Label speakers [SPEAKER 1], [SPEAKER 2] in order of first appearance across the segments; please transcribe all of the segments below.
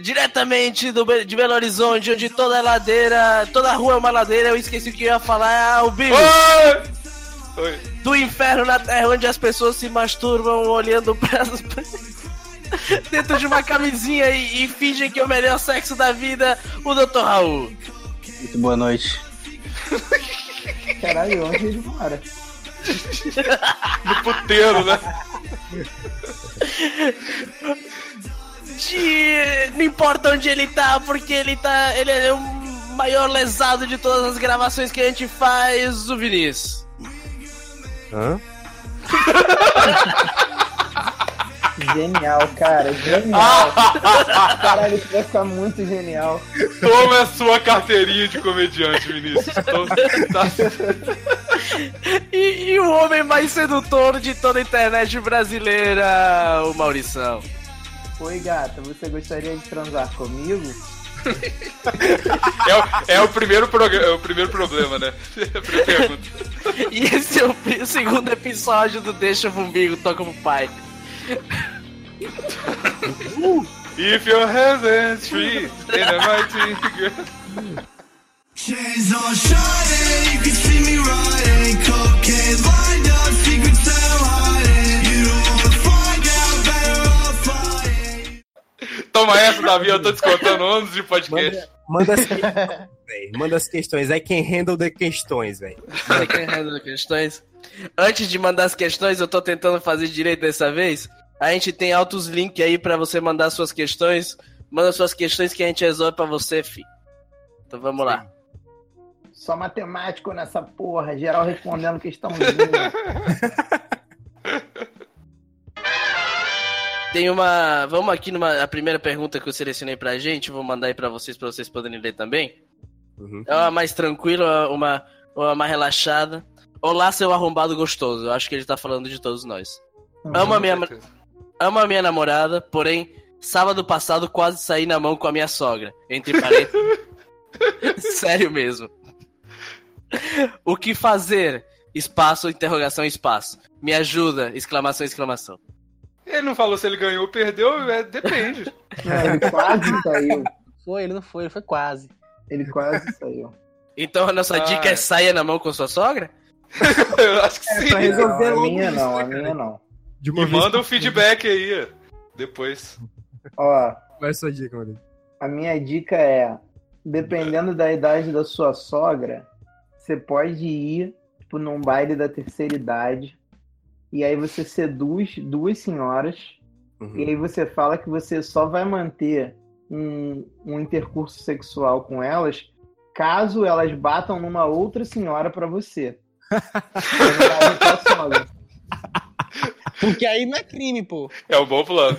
[SPEAKER 1] Diretamente do, Be- de Belo Horizonte, onde toda é ladeira, toda rua é uma ladeira, eu esqueci o que eu ia falar, ah, o Bill.
[SPEAKER 2] Oi! Oi.
[SPEAKER 1] Do inferno na terra, onde as pessoas se masturbam olhando pra... dentro de uma camisinha e, e fingem que é o melhor sexo da vida, o Dr. Raul.
[SPEAKER 3] Muito boa noite.
[SPEAKER 4] Caralho, onde ele mora?
[SPEAKER 2] No puteiro, né?
[SPEAKER 1] de- Não importa onde ele tá, porque ele tá. Ele é o maior lesado de todas as gravações que a gente faz, o Vinícius.
[SPEAKER 5] Hã?
[SPEAKER 4] Genial, cara, genial. Caralho, isso vai ficar muito genial.
[SPEAKER 2] Toma a sua carteirinha de comediante, Vinícius. Então, tá-
[SPEAKER 1] E, e o homem mais sedutor de toda a internet brasileira, o Maurição.
[SPEAKER 4] Oi, gata, você gostaria de transar comigo?
[SPEAKER 2] é, o- é o primeiro progra- é o primeiro problema, né? É a primeira pergunta.
[SPEAKER 1] E esse é o pri- segundo episódio do Deixa o Bumbigo, Toca pro Pai.
[SPEAKER 2] If your hands and trees, in a mighty girl.
[SPEAKER 6] Chains on shining, you can see me riding. Cocaine lined up, secrets I'm hiding. You don't wanna find out, better off fighting.
[SPEAKER 2] Toma essa, Davi, eu tô descontando anos de podcast.
[SPEAKER 5] Manda, manda as questões, véi. Manda as questões. É quem handle the questões, velho.
[SPEAKER 1] Você quer resolver questões? Antes de mandar as questões, eu tô tentando fazer direito dessa vez. A gente tem altos links aí pra você mandar suas questões. Manda suas questões que a gente resolve pra você, fi. Então vamos lá.
[SPEAKER 4] Só matemático nessa porra, geral respondendo um. questãozinha.
[SPEAKER 1] Tem uma. Vamos aqui numa. A primeira pergunta que eu selecionei pra gente, vou mandar aí pra vocês, pra vocês poderem ler também.
[SPEAKER 5] Uhum.
[SPEAKER 1] É uma mais tranquila, uma, uma mais relaxada. Olá, seu arrombado gostoso. Eu acho que ele tá falando de todos nós. Amo a minha, Amo a minha namorada, porém, sábado passado quase saí na mão com a minha sogra. Entre parênteses. Sério mesmo. O que fazer? Espaço, interrogação, espaço. Me ajuda! Exclamação, exclamação.
[SPEAKER 2] Ele não falou se ele ganhou ou perdeu, é, depende.
[SPEAKER 4] Ele quase saiu.
[SPEAKER 7] Foi, ele não foi, ele foi quase.
[SPEAKER 4] Ele quase saiu.
[SPEAKER 1] Então a nossa
[SPEAKER 2] Ah.
[SPEAKER 1] dica é saia na mão com sua sogra?
[SPEAKER 2] Eu acho que sim.
[SPEAKER 5] pra resolver
[SPEAKER 4] Não, a
[SPEAKER 5] logo
[SPEAKER 4] minha
[SPEAKER 5] isso,
[SPEAKER 4] não,
[SPEAKER 5] né,
[SPEAKER 4] a
[SPEAKER 5] cara?
[SPEAKER 4] minha não.
[SPEAKER 5] De uma
[SPEAKER 2] E
[SPEAKER 5] vez
[SPEAKER 2] É, manda
[SPEAKER 5] por
[SPEAKER 2] um feedback aí, depois.
[SPEAKER 4] Ó,
[SPEAKER 5] todas. Qual é a sua dica, mano?
[SPEAKER 4] a minha dica é: dependendo da idade da sua sogra, você pode ir tipo, num baile da terceira idade. E aí você seduz duas senhoras. E aí você fala que você só vai manter um, um intercurso sexual com elas caso elas batam numa outra senhora pra você. Você vai arrancar a sogra.
[SPEAKER 7] Porque aí não é crime, pô.
[SPEAKER 2] É um bom plano.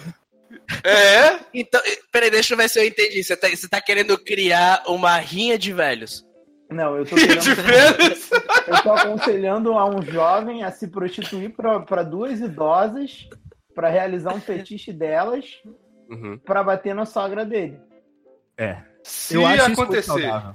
[SPEAKER 2] É?
[SPEAKER 1] Então, peraí, deixa eu ver se eu entendi. Você tá, você tá querendo criar uma rinha de velhos.
[SPEAKER 4] Não, eu tô
[SPEAKER 2] Que
[SPEAKER 4] querendo
[SPEAKER 2] diferença?
[SPEAKER 4] Eu tô aconselhando a um jovem a se prostituir pra pra duas idosas pra realizar um fetiche delas
[SPEAKER 5] Uhum.
[SPEAKER 4] pra bater na sogra dele.
[SPEAKER 2] Se
[SPEAKER 5] Eu acho isso muito
[SPEAKER 2] acontecer.
[SPEAKER 5] saudável.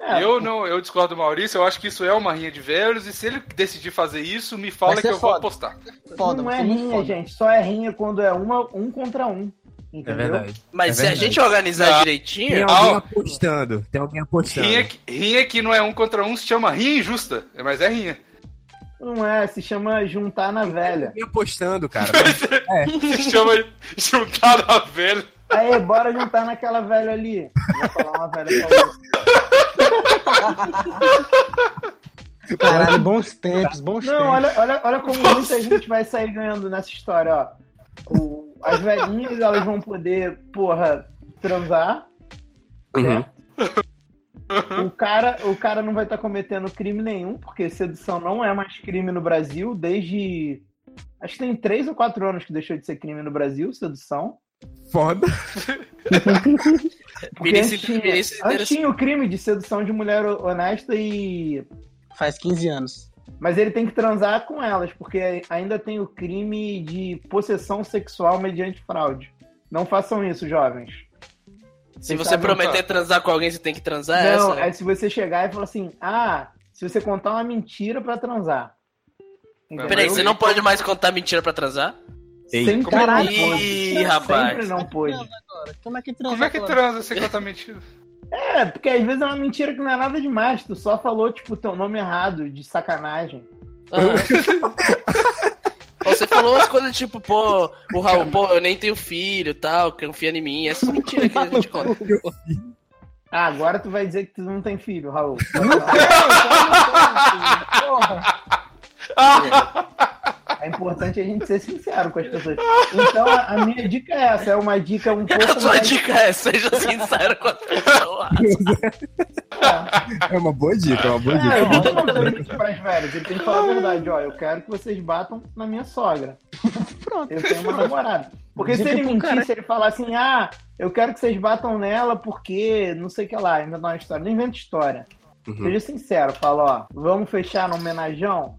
[SPEAKER 4] É,
[SPEAKER 2] Eu não, eu discordo do Maurício, eu acho que isso é uma rinha de velhos, e se ele decidir fazer isso, me fala
[SPEAKER 7] Vai
[SPEAKER 2] que
[SPEAKER 7] ser
[SPEAKER 2] eu vou
[SPEAKER 7] foda.
[SPEAKER 2] apostar.
[SPEAKER 7] Foda,
[SPEAKER 4] não
[SPEAKER 7] vai
[SPEAKER 4] é
[SPEAKER 7] ser muito
[SPEAKER 4] rinha,
[SPEAKER 7] foda.
[SPEAKER 4] gente. Só é rinha quando é uma, um contra um.
[SPEAKER 5] É
[SPEAKER 4] Entendeu?
[SPEAKER 5] verdade.
[SPEAKER 1] Mas
[SPEAKER 5] É
[SPEAKER 1] se a
[SPEAKER 5] verdade.
[SPEAKER 1] gente organizar
[SPEAKER 2] Ah.
[SPEAKER 5] Tem
[SPEAKER 1] direitinho.
[SPEAKER 5] alguém
[SPEAKER 2] Ah, ó.
[SPEAKER 5] apostando. Tem alguém apostando.
[SPEAKER 2] Rinha, que- rinha que não é um contra um se chama rinha injusta, mas é rinha.
[SPEAKER 4] Não é, se chama juntar na velha.
[SPEAKER 5] Alguém apostando, cara.
[SPEAKER 2] Se chama juntar a velha.
[SPEAKER 4] Aí, bora juntar naquela velha ali. Vou falar uma velha pra outra.
[SPEAKER 7] Caralho, bons tempos, bons
[SPEAKER 4] Não,
[SPEAKER 7] tempos.
[SPEAKER 4] olha, olha, olha como muita gente vai sair ganhando nessa história, ó. O- as velhinhas, elas vão poder, porra, transar.
[SPEAKER 5] Uhum.
[SPEAKER 4] O cara, o cara não vai estar cometendo crime nenhum, porque sedução não é mais crime no Brasil desde. Acho que tem três ou quatro anos que deixou de ser crime no Brasil, sedução.
[SPEAKER 5] Foda.
[SPEAKER 4] Porque
[SPEAKER 1] Vinícius-
[SPEAKER 4] antes tinha-
[SPEAKER 1] Vinícius-
[SPEAKER 4] antes tinha o crime de sedução de mulher honesta e.
[SPEAKER 7] Faz 15 anos.
[SPEAKER 4] Mas ele tem que transar com elas, porque ainda tem o crime de possessão sexual mediante fraude. Não façam isso, jovens.
[SPEAKER 1] Se
[SPEAKER 4] Vocês
[SPEAKER 1] você
[SPEAKER 4] sabem
[SPEAKER 1] prometer transar com alguém, você tem que transar é
[SPEAKER 4] não,
[SPEAKER 1] essa, né?
[SPEAKER 4] é se você chegar e falar assim: ah, se você contar uma mentira pra transar. Entendeu?
[SPEAKER 1] Peraí, você não pode mais contar mentira pra transar?
[SPEAKER 5] Ei,
[SPEAKER 4] Sempre
[SPEAKER 2] como é
[SPEAKER 4] não
[SPEAKER 2] que-
[SPEAKER 4] pôde.
[SPEAKER 1] Ih, rapaz.
[SPEAKER 4] Sempre não pôde.
[SPEAKER 7] hora. Como é que transa?
[SPEAKER 2] Como é que
[SPEAKER 7] toda
[SPEAKER 2] transa sem contar mentira?
[SPEAKER 4] É, porque às vezes é uma mentira que não é nada demais. Tu só falou, tipo, teu nome errado, de sacanagem.
[SPEAKER 1] Aham. Ah. Você falou umas coisas tipo, pô, o Raul, pô, eu nem tenho filho e tal, confia em mim. Essa mentira que a gente conta.
[SPEAKER 4] Ah, agora tu vai dizer que tu não tem filho, Raul. Não tem, Porra. É importante a gente ser sincero com as pessoas. Então, a, a minha dica é essa. É uma dica um pouco
[SPEAKER 1] A sua
[SPEAKER 4] mais...
[SPEAKER 1] dica é, seja sincero com a pessoa.
[SPEAKER 5] É uma boa dica, é uma boa
[SPEAKER 4] É, eu
[SPEAKER 5] dica.
[SPEAKER 4] não tô contando isso pras velhas. Ele tem que falar a verdade. Ó, eu quero que vocês batam na minha sogra.
[SPEAKER 7] Pronto.
[SPEAKER 4] Eu tenho uma namorada. Porque se
[SPEAKER 7] Dica
[SPEAKER 4] ele
[SPEAKER 7] pro
[SPEAKER 4] mentir,
[SPEAKER 7] cara.
[SPEAKER 4] se ele falar assim, ah, eu quero que vocês batam nela porque não sei o que lá, inventar uma história. Não inventa história.
[SPEAKER 5] Uhum.
[SPEAKER 4] Seja sincero, fala, ó, vamos fechar no homenajão?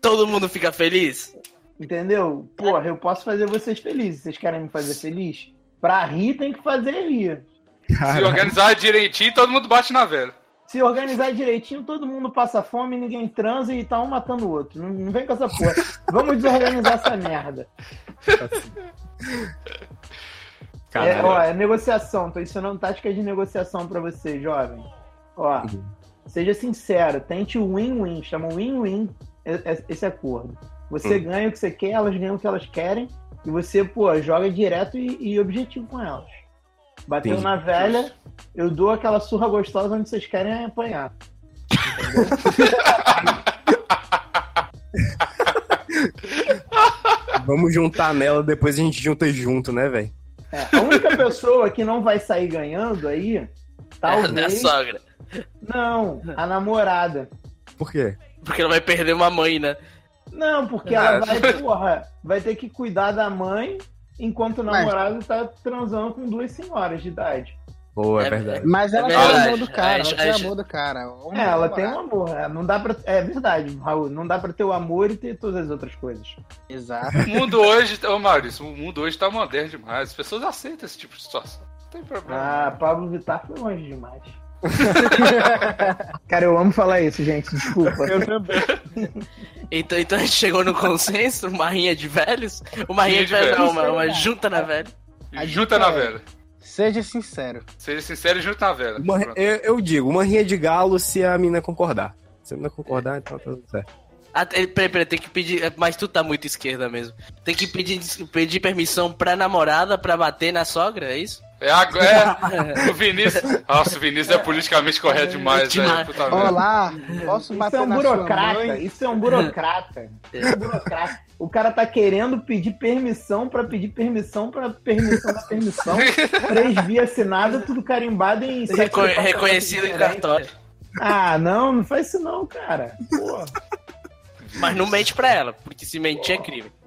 [SPEAKER 1] Todo mundo fica feliz?
[SPEAKER 4] Entendeu? Porra, eu posso fazer vocês felizes. Vocês querem me fazer feliz? Pra rir, tem que fazer rir.
[SPEAKER 2] Se
[SPEAKER 5] Caralho.
[SPEAKER 2] organizar direitinho, todo mundo bate na velha.
[SPEAKER 4] Se organizar direitinho, todo mundo passa fome, ninguém transa e tá um matando o outro. Não, não vem com essa porra. Vamos desorganizar essa merda. É,
[SPEAKER 5] Caralho.
[SPEAKER 4] ó, é negociação. Tô ensinando tática de negociação pra você, jovem. Ó,
[SPEAKER 5] Uhum.
[SPEAKER 4] seja sincero. Tente o win-win. Chama win-win e- e- esse acordo. Você ganha o que você quer, elas ganham o que elas querem. E você, pô, joga direto e, e objetivo com elas. Bateu
[SPEAKER 5] Entendi.
[SPEAKER 4] na velha, eu dou aquela surra gostosa onde vocês querem apanhar.
[SPEAKER 5] Vamos juntar nela, depois a gente junta junto, né, velho?
[SPEAKER 4] É, a única pessoa que não vai sair ganhando aí,
[SPEAKER 1] É, né,
[SPEAKER 4] talvez.
[SPEAKER 1] sogra.
[SPEAKER 4] Não, a namorada.
[SPEAKER 5] Por
[SPEAKER 2] É
[SPEAKER 5] quê?
[SPEAKER 1] Porque ela vai perder uma mãe, né?
[SPEAKER 4] Não, porque
[SPEAKER 5] É.
[SPEAKER 4] ela vai, porra, vai ter que cuidar da mãe enquanto o
[SPEAKER 7] Mas-
[SPEAKER 4] namorado tá transando com duas senhoras de idade.
[SPEAKER 5] Boa, é,
[SPEAKER 1] É
[SPEAKER 5] verdade.
[SPEAKER 7] Mas ela
[SPEAKER 1] É
[SPEAKER 7] tem o amor
[SPEAKER 1] verdade.
[SPEAKER 7] do cara,
[SPEAKER 1] As-
[SPEAKER 7] ela tem o
[SPEAKER 1] as-
[SPEAKER 7] amor do cara. Vamos
[SPEAKER 4] É, ela
[SPEAKER 7] namorar.
[SPEAKER 4] tem um amor. é, Não dá pra, é verdade, Raul. Não dá pra ter o amor e ter todas as outras coisas.
[SPEAKER 7] Exato.
[SPEAKER 2] O mundo hoje, ô Maurício, o mundo hoje tá moderno demais. As pessoas aceitam esse tipo de situação. Não tem problema.
[SPEAKER 4] Ah, Pablo Vittar foi longe demais. Cara, eu amo falar isso, gente. Desculpa.
[SPEAKER 1] Então, então a gente chegou no consenso, uma rinha de velhos. Uma rinha de velhos, não, uma, uma junta na velha.
[SPEAKER 7] a
[SPEAKER 2] junta
[SPEAKER 7] dica
[SPEAKER 2] na
[SPEAKER 7] é-
[SPEAKER 2] velha.
[SPEAKER 7] Seja sincero.
[SPEAKER 2] Seja sincero, junta na velha.
[SPEAKER 5] Uma-
[SPEAKER 2] Pronto.
[SPEAKER 5] eu, eu digo, uma rinha de galo se a mina concordar. Se a mina concordar, então tá tudo certo.
[SPEAKER 1] Até, Ah, eh, peraí, peraí, tem que pedir. Mas tu tá muito esquerda mesmo. Tem que pedir, des- pedir permissão pra namorada pra bater na sogra, é isso?
[SPEAKER 2] É agora. É, o Vinícius. Nossa, o Vinícius é politicamente correto demais,
[SPEAKER 1] Demais.
[SPEAKER 2] velho. Puta merda.
[SPEAKER 7] Olá, posso
[SPEAKER 4] Isso
[SPEAKER 7] bater
[SPEAKER 4] é um
[SPEAKER 7] na sua
[SPEAKER 4] burocrata.
[SPEAKER 7] mãe?
[SPEAKER 4] Isso é um burocrata. Isso é um burocrata. O cara tá querendo pedir permissão pra pedir permissão pra permissão da permissão. Três vias assinadas, tudo carimbado em sete
[SPEAKER 1] Reco-
[SPEAKER 4] departamentos
[SPEAKER 1] reconhecido em
[SPEAKER 4] diferentes.
[SPEAKER 1] cartório.
[SPEAKER 4] Ah, não, não faz isso não, cara. Pô.
[SPEAKER 1] Mas não mente pra ela, porque se mentir é crime.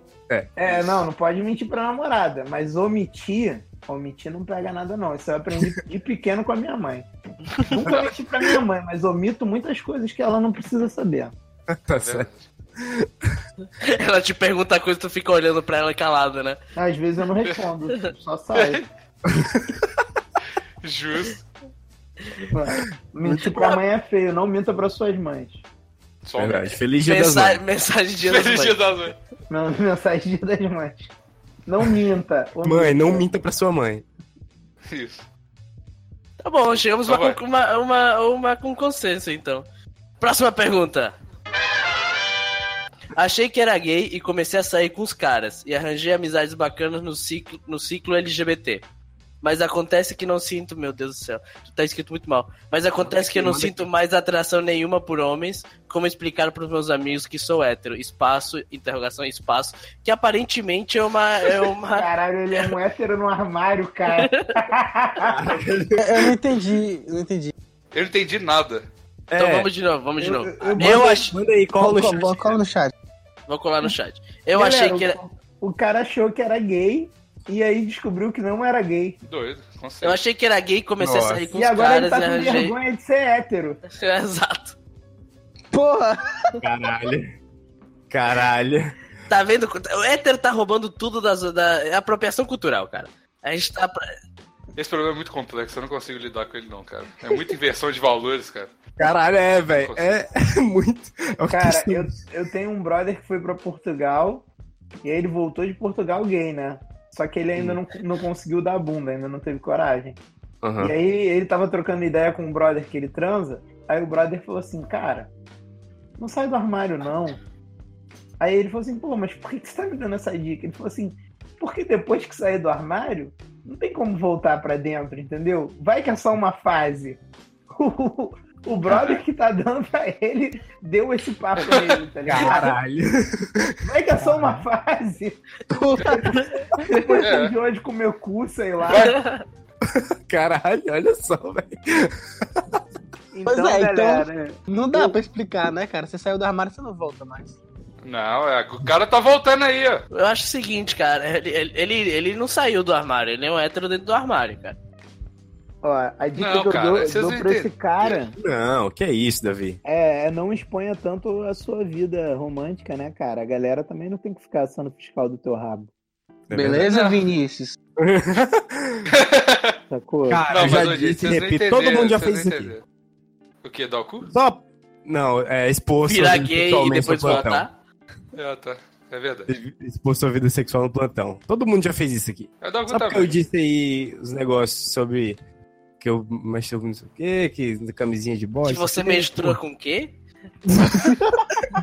[SPEAKER 4] É, não, não pode mentir pra namorada, mas omitir, omitir não pega nada não. Isso eu aprendi de pequeno com a minha mãe. Nunca menti pra minha mãe, mas omito muitas coisas que ela não precisa saber.
[SPEAKER 5] Tá
[SPEAKER 2] velho.
[SPEAKER 5] certo.
[SPEAKER 1] Ela te pergunta a coisa tu fica olhando pra ela calado, né?
[SPEAKER 4] Às vezes eu não respondo, só saio.
[SPEAKER 2] Justo.
[SPEAKER 4] Mentir pra mãe é feio, não minta pra suas mães.
[SPEAKER 2] Só um
[SPEAKER 5] Verdade. Feliz dia das
[SPEAKER 1] Mensa
[SPEAKER 5] mães.
[SPEAKER 1] mensagem de
[SPEAKER 2] Feliz dia
[SPEAKER 1] Jesus.
[SPEAKER 2] das mães.
[SPEAKER 4] Não, mensagem das mães. Não minta. omita.
[SPEAKER 5] Mãe, não minta pra sua mãe.
[SPEAKER 2] Isso.
[SPEAKER 1] Tá bom, chegamos a
[SPEAKER 2] Tá
[SPEAKER 1] uma, uma, uma, uma com consenso, então. Próxima pergunta. Achei que era gay e comecei a sair com os caras e arranjei amizades bacanas no ciclo, no ciclo LGBT. Mas acontece que não sinto, meu Deus do céu, tá escrito muito mal. Mas acontece que eu não sinto mais atração nenhuma por homens, como explicar pros meus amigos que sou hétero. Espaço, interrogação, espaço, que aparentemente é uma. É uma...
[SPEAKER 4] Caralho, ele é um hétero no armário, cara.
[SPEAKER 7] Eu não entendi, eu não entendi.
[SPEAKER 2] Eu não entendi nada.
[SPEAKER 1] Então
[SPEAKER 5] É,
[SPEAKER 1] vamos de novo, vamos de novo.
[SPEAKER 7] eu,
[SPEAKER 1] Eu achei.
[SPEAKER 5] Manda aí, cola no
[SPEAKER 7] Coloca-
[SPEAKER 5] chat.
[SPEAKER 7] Coloca no chat.
[SPEAKER 1] Vou colar no chat. Eu
[SPEAKER 4] Galera,
[SPEAKER 1] achei que era.
[SPEAKER 4] O cara achou que era gay e aí descobriu que não era gay.
[SPEAKER 2] Doido. Conceito.
[SPEAKER 1] Eu achei que era gay e comecei
[SPEAKER 5] Nossa.
[SPEAKER 1] a sair com
[SPEAKER 4] E
[SPEAKER 1] os
[SPEAKER 4] agora
[SPEAKER 1] caras
[SPEAKER 4] ele tá
[SPEAKER 1] e
[SPEAKER 4] com
[SPEAKER 1] arranjei.
[SPEAKER 4] vergonha de ser hétero.
[SPEAKER 1] Exato.
[SPEAKER 7] Porra!
[SPEAKER 5] Caralho. Caralho.
[SPEAKER 1] Tá vendo? O hétero tá roubando tudo das, da é apropriação cultural, cara. A gente tá. pra-
[SPEAKER 2] Esse problema é muito complexo, eu não consigo lidar com ele, não, cara. É muita inversão de valores, cara.
[SPEAKER 5] Caralho, é, velho. É, é muito. É o que
[SPEAKER 4] Cara,
[SPEAKER 5] isso-
[SPEAKER 4] um eu, eu tenho um brother que foi pra Portugal e aí ele voltou de Portugal gay, né? Só que ele ainda não, não conseguiu dar bunda, ainda não teve coragem.
[SPEAKER 2] Aham.
[SPEAKER 4] E aí ele tava trocando ideia com um brother que ele transa. Aí o brother falou assim, cara, não sai do armário não. Aí ele falou assim, pô, mas por que que você tá me dando essa dica? Ele falou assim, porque depois que sair do armário, não tem como voltar pra dentro, entendeu? Vai que é só uma fase. O, o brother que tá dando pra ele deu esse papo nele, tá ligado?
[SPEAKER 5] Caralho.
[SPEAKER 4] Vai que é só uma fase. Depois
[SPEAKER 2] É.
[SPEAKER 4] de hoje com meu cu, sei lá.
[SPEAKER 5] Caralho, olha só, velho.
[SPEAKER 7] Pois
[SPEAKER 4] Então,
[SPEAKER 7] é, então-
[SPEAKER 4] galera,
[SPEAKER 7] Não dá pra explicar, né, cara? Você saiu do armário, você não volta mais.
[SPEAKER 2] Não, é, o cara tá voltando aí, ó.
[SPEAKER 1] Eu acho o seguinte, cara, ele, ele, ele, ele não saiu do armário, ele é um hétero dentro do armário, cara.
[SPEAKER 4] ó, a dica
[SPEAKER 2] Não,
[SPEAKER 4] que eu
[SPEAKER 2] cara,
[SPEAKER 4] dou,
[SPEAKER 2] vocês
[SPEAKER 4] dou
[SPEAKER 2] não
[SPEAKER 4] pra esse
[SPEAKER 2] entendem.
[SPEAKER 4] cara
[SPEAKER 5] Não, que é isso, Davi.
[SPEAKER 4] é, é não exponha tanto a sua vida romântica, né, cara? A galera também não tem que ficar sendo fiscal do teu rabo,
[SPEAKER 5] É
[SPEAKER 7] Beleza, Vinícius?
[SPEAKER 4] sacou?
[SPEAKER 5] Cara, Ah, eu
[SPEAKER 2] Não,
[SPEAKER 5] já
[SPEAKER 2] mas, ô, gente,
[SPEAKER 5] disse,
[SPEAKER 2] vocês não
[SPEAKER 5] repito, todo
[SPEAKER 2] entenderam,
[SPEAKER 5] mundo já
[SPEAKER 2] vocês
[SPEAKER 5] fez isso
[SPEAKER 2] não
[SPEAKER 5] aqui.
[SPEAKER 2] entenderam. O que, dar o cu?
[SPEAKER 5] Só. Não, é expor sua
[SPEAKER 1] Virar
[SPEAKER 5] vida
[SPEAKER 1] gay e
[SPEAKER 5] sexualmente
[SPEAKER 1] depois
[SPEAKER 5] no plantão.
[SPEAKER 1] voltar.
[SPEAKER 2] Ah, tá. É verdade.
[SPEAKER 5] Expor sua vida sexual no plantão. Todo mundo já fez isso aqui.
[SPEAKER 2] É dar o cu
[SPEAKER 5] Só porque eu
[SPEAKER 2] também.
[SPEAKER 5] disse aí os negócios sobre que eu masturbo não sei o quê, que camisinha de bosta.
[SPEAKER 1] Se você
[SPEAKER 5] que-
[SPEAKER 1] menstrua com o quê?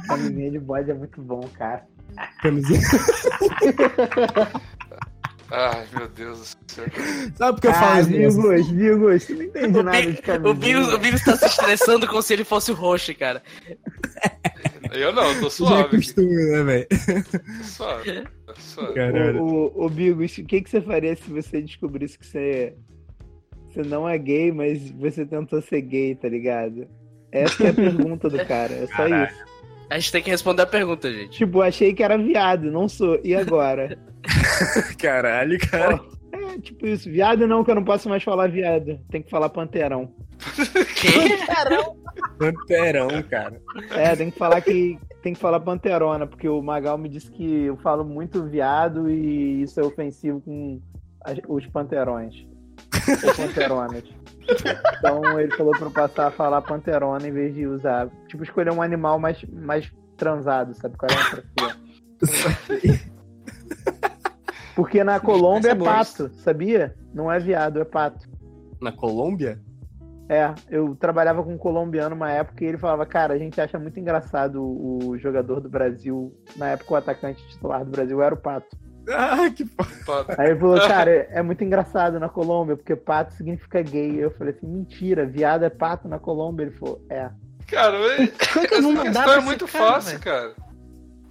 [SPEAKER 4] Camisinha de bode é muito bom, cara.
[SPEAKER 5] Camisinha...
[SPEAKER 2] Ai, meu Deus do céu.
[SPEAKER 5] Só
[SPEAKER 4] Ah,
[SPEAKER 5] porque eu falo isso. né?
[SPEAKER 4] Bigos, Bigos, tu não entende
[SPEAKER 1] O
[SPEAKER 4] nada
[SPEAKER 1] Bi-
[SPEAKER 4] de
[SPEAKER 1] O Bigos, o
[SPEAKER 4] camisinha.
[SPEAKER 1] Bigos tá se estressando como se ele fosse o Roche, cara.
[SPEAKER 2] Eu não, eu tô
[SPEAKER 5] Já é
[SPEAKER 2] suave aqui.
[SPEAKER 5] costume, né, velho?
[SPEAKER 2] Tô Suave. Tô Suave.
[SPEAKER 5] Caralho.
[SPEAKER 4] O, o, Bigos, o que, que você faria se você descobrisse que você, você não é gay, mas você tentou ser gay, tá ligado? Essa é a pergunta do cara, é só
[SPEAKER 5] Caralho.
[SPEAKER 4] isso.
[SPEAKER 1] A gente tem que responder a pergunta, gente.
[SPEAKER 4] Tipo, achei que era viado, não sou. E agora?
[SPEAKER 5] Caralho, cara.
[SPEAKER 4] É, tipo isso, viado não, que eu não posso mais falar viado. Tem que falar panterão.
[SPEAKER 1] Quê?
[SPEAKER 5] Panterão, cara.
[SPEAKER 4] É, tem que falar que. Tem que falar panterona, porque o Magal me disse que eu falo muito viado e isso é ofensivo com as- os panterões. Ou panteronas. Então ele falou pra eu passar a falar panterona em vez de usar. Tipo, escolher um animal mais, mais transado, sabe? Qual é a preferência? Porque na Colômbia
[SPEAKER 7] Essa
[SPEAKER 4] é
[SPEAKER 7] é boa.
[SPEAKER 4] pato, sabia? Não é viado, é pato.
[SPEAKER 5] Na Colômbia?
[SPEAKER 4] É, eu trabalhava com um colombiano uma época e ele falava, cara, a gente acha muito engraçado o o jogador do Brasil. Na época o atacante titular do Brasil era o Pato.
[SPEAKER 5] Ah, que
[SPEAKER 2] Pá,
[SPEAKER 5] foda.
[SPEAKER 4] Aí ele falou, cara, é muito engraçado na Colômbia, porque pato significa gay. Eu falei assim, mentira, viado é pato na Colômbia. Ele falou, é.
[SPEAKER 2] Cara, eu-
[SPEAKER 7] Como é que eu não
[SPEAKER 2] essa
[SPEAKER 7] mandava
[SPEAKER 2] questão é
[SPEAKER 7] esse
[SPEAKER 2] muito
[SPEAKER 7] cara,
[SPEAKER 2] fácil,
[SPEAKER 7] velho?
[SPEAKER 2] cara.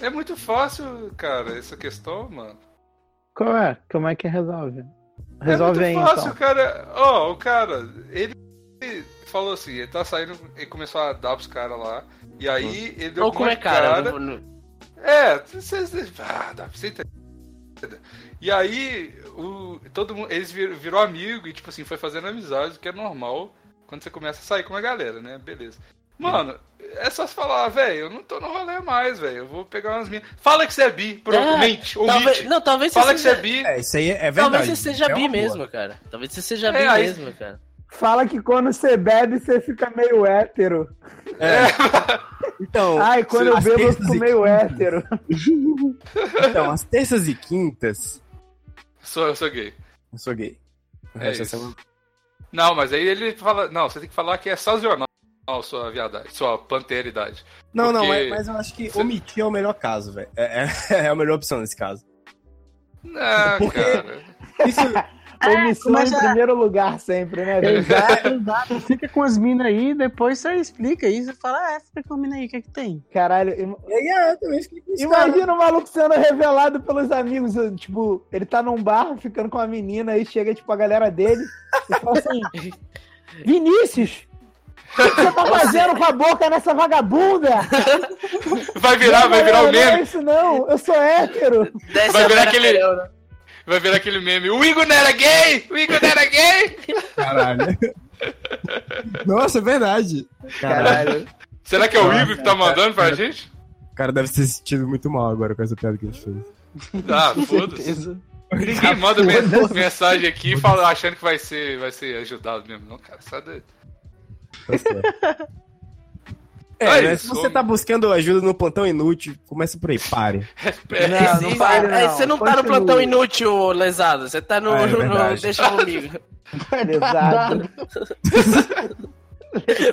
[SPEAKER 2] É muito fácil, cara, essa questão, mano.
[SPEAKER 4] Qual é? Como é que resolve?
[SPEAKER 2] É
[SPEAKER 4] Resolve
[SPEAKER 2] muito
[SPEAKER 4] aí,
[SPEAKER 2] fácil,
[SPEAKER 4] então.
[SPEAKER 2] cara. Ó, o cara, ele ele falou assim, ele tá saindo, ele começou a dar pros caras lá. E aí ele deu
[SPEAKER 1] Ou como
[SPEAKER 2] uma
[SPEAKER 1] é cara?
[SPEAKER 2] cara-
[SPEAKER 1] não- não-
[SPEAKER 2] É, você, você- ah, dá pra você entender. E aí, o, todo mundo, eles vir, virou amigo e, tipo assim, foi fazendo amizade, o que é normal quando você começa a sair com a galera, né? Beleza. Mano, é só se falar, velho, eu não tô no rolê mais, velho, eu vou pegar umas minhas. Fala que você é bi, pronto,
[SPEAKER 1] É,
[SPEAKER 2] mente,
[SPEAKER 1] Talvez,
[SPEAKER 2] omite.
[SPEAKER 1] não, talvez
[SPEAKER 2] Fala
[SPEAKER 1] você
[SPEAKER 2] que você é
[SPEAKER 1] seja,
[SPEAKER 2] bi.
[SPEAKER 5] É, isso aí é verdade.
[SPEAKER 1] talvez você seja
[SPEAKER 5] É uma
[SPEAKER 1] bi
[SPEAKER 5] boa.
[SPEAKER 1] mesmo, cara. Talvez você seja bi
[SPEAKER 2] É, aí-
[SPEAKER 1] mesmo, cara.
[SPEAKER 4] Fala que quando você bebe, você fica meio hétero.
[SPEAKER 5] É. Então,
[SPEAKER 4] Ai, quando eu
[SPEAKER 5] as
[SPEAKER 4] bebo, eu
[SPEAKER 5] terças
[SPEAKER 4] fico
[SPEAKER 5] e
[SPEAKER 4] meio
[SPEAKER 5] quintas-
[SPEAKER 4] hétero.
[SPEAKER 5] Então, as terças e quintas,
[SPEAKER 2] Sou, eu sou gay.
[SPEAKER 5] eu sou gay. O
[SPEAKER 2] É
[SPEAKER 5] resto da
[SPEAKER 2] isso.
[SPEAKER 5] semana-
[SPEAKER 2] Não, mas aí ele fala, não, você tem que falar que é sazonal sua viadagem, sua panteridade.
[SPEAKER 5] Não, não,
[SPEAKER 2] Porque-
[SPEAKER 5] mas, mas eu acho que
[SPEAKER 2] Você-
[SPEAKER 5] omitir é o melhor caso, velho. É, é- é a melhor opção nesse caso.
[SPEAKER 2] Não,
[SPEAKER 5] Porque-
[SPEAKER 2] Ah, cara.
[SPEAKER 5] Isso,
[SPEAKER 4] Omissão
[SPEAKER 7] mas
[SPEAKER 4] em
[SPEAKER 7] é-
[SPEAKER 4] primeiro lugar sempre, né? velho?
[SPEAKER 7] Exato, exato. Fica com as minas aí, depois você explica isso. Fala, é, fica com as minas aí, o que é que tem?
[SPEAKER 4] Caralho, im-
[SPEAKER 5] é, é, eu também fiquei
[SPEAKER 4] Os Imagina caras- o maluco sendo revelado pelos amigos. Tipo, ele tá num bar ficando com uma menina aí chega, tipo, a galera dele e fala assim: Vinícius! O que você tá fazendo com a boca nessa vagabunda?
[SPEAKER 2] Vai virar, vai virar o
[SPEAKER 4] Não, Não
[SPEAKER 2] meme.
[SPEAKER 4] é isso não, eu sou hétero.
[SPEAKER 1] Desce
[SPEAKER 2] Vai
[SPEAKER 1] a
[SPEAKER 2] virar
[SPEAKER 1] perna,
[SPEAKER 2] aquele-
[SPEAKER 1] cara.
[SPEAKER 2] Vai virar aquele meme. O Igor não era gay! O Igor não era gay!
[SPEAKER 5] Caralho. Nossa, é verdade. Caralho.
[SPEAKER 4] Caralho.
[SPEAKER 2] Será que é o Igor que tá mandando pra gente?
[SPEAKER 5] O cara deve ter se sentido muito mal agora com essa piada que ele fez.
[SPEAKER 2] Ah, foda-se.
[SPEAKER 5] Tá
[SPEAKER 2] Ninguém manda men- mensagem aqui fala, achando que vai ser, vai ser ajudado mesmo, não, cara. Sai daí.
[SPEAKER 5] Tá certo. Tá É,
[SPEAKER 2] Aí,
[SPEAKER 5] né? Se
[SPEAKER 2] some.
[SPEAKER 5] você tá buscando ajuda no plantão inútil, começa por aí, pare.
[SPEAKER 2] É,
[SPEAKER 4] Não,
[SPEAKER 1] E-
[SPEAKER 4] não
[SPEAKER 1] e-
[SPEAKER 4] para, não.
[SPEAKER 1] aí você não tá no
[SPEAKER 4] Continua.
[SPEAKER 1] plantão inútil, ô, lesado. Você tá no.
[SPEAKER 5] Ah, é
[SPEAKER 1] no-
[SPEAKER 5] verdade.
[SPEAKER 1] deixa comigo.
[SPEAKER 4] Exato.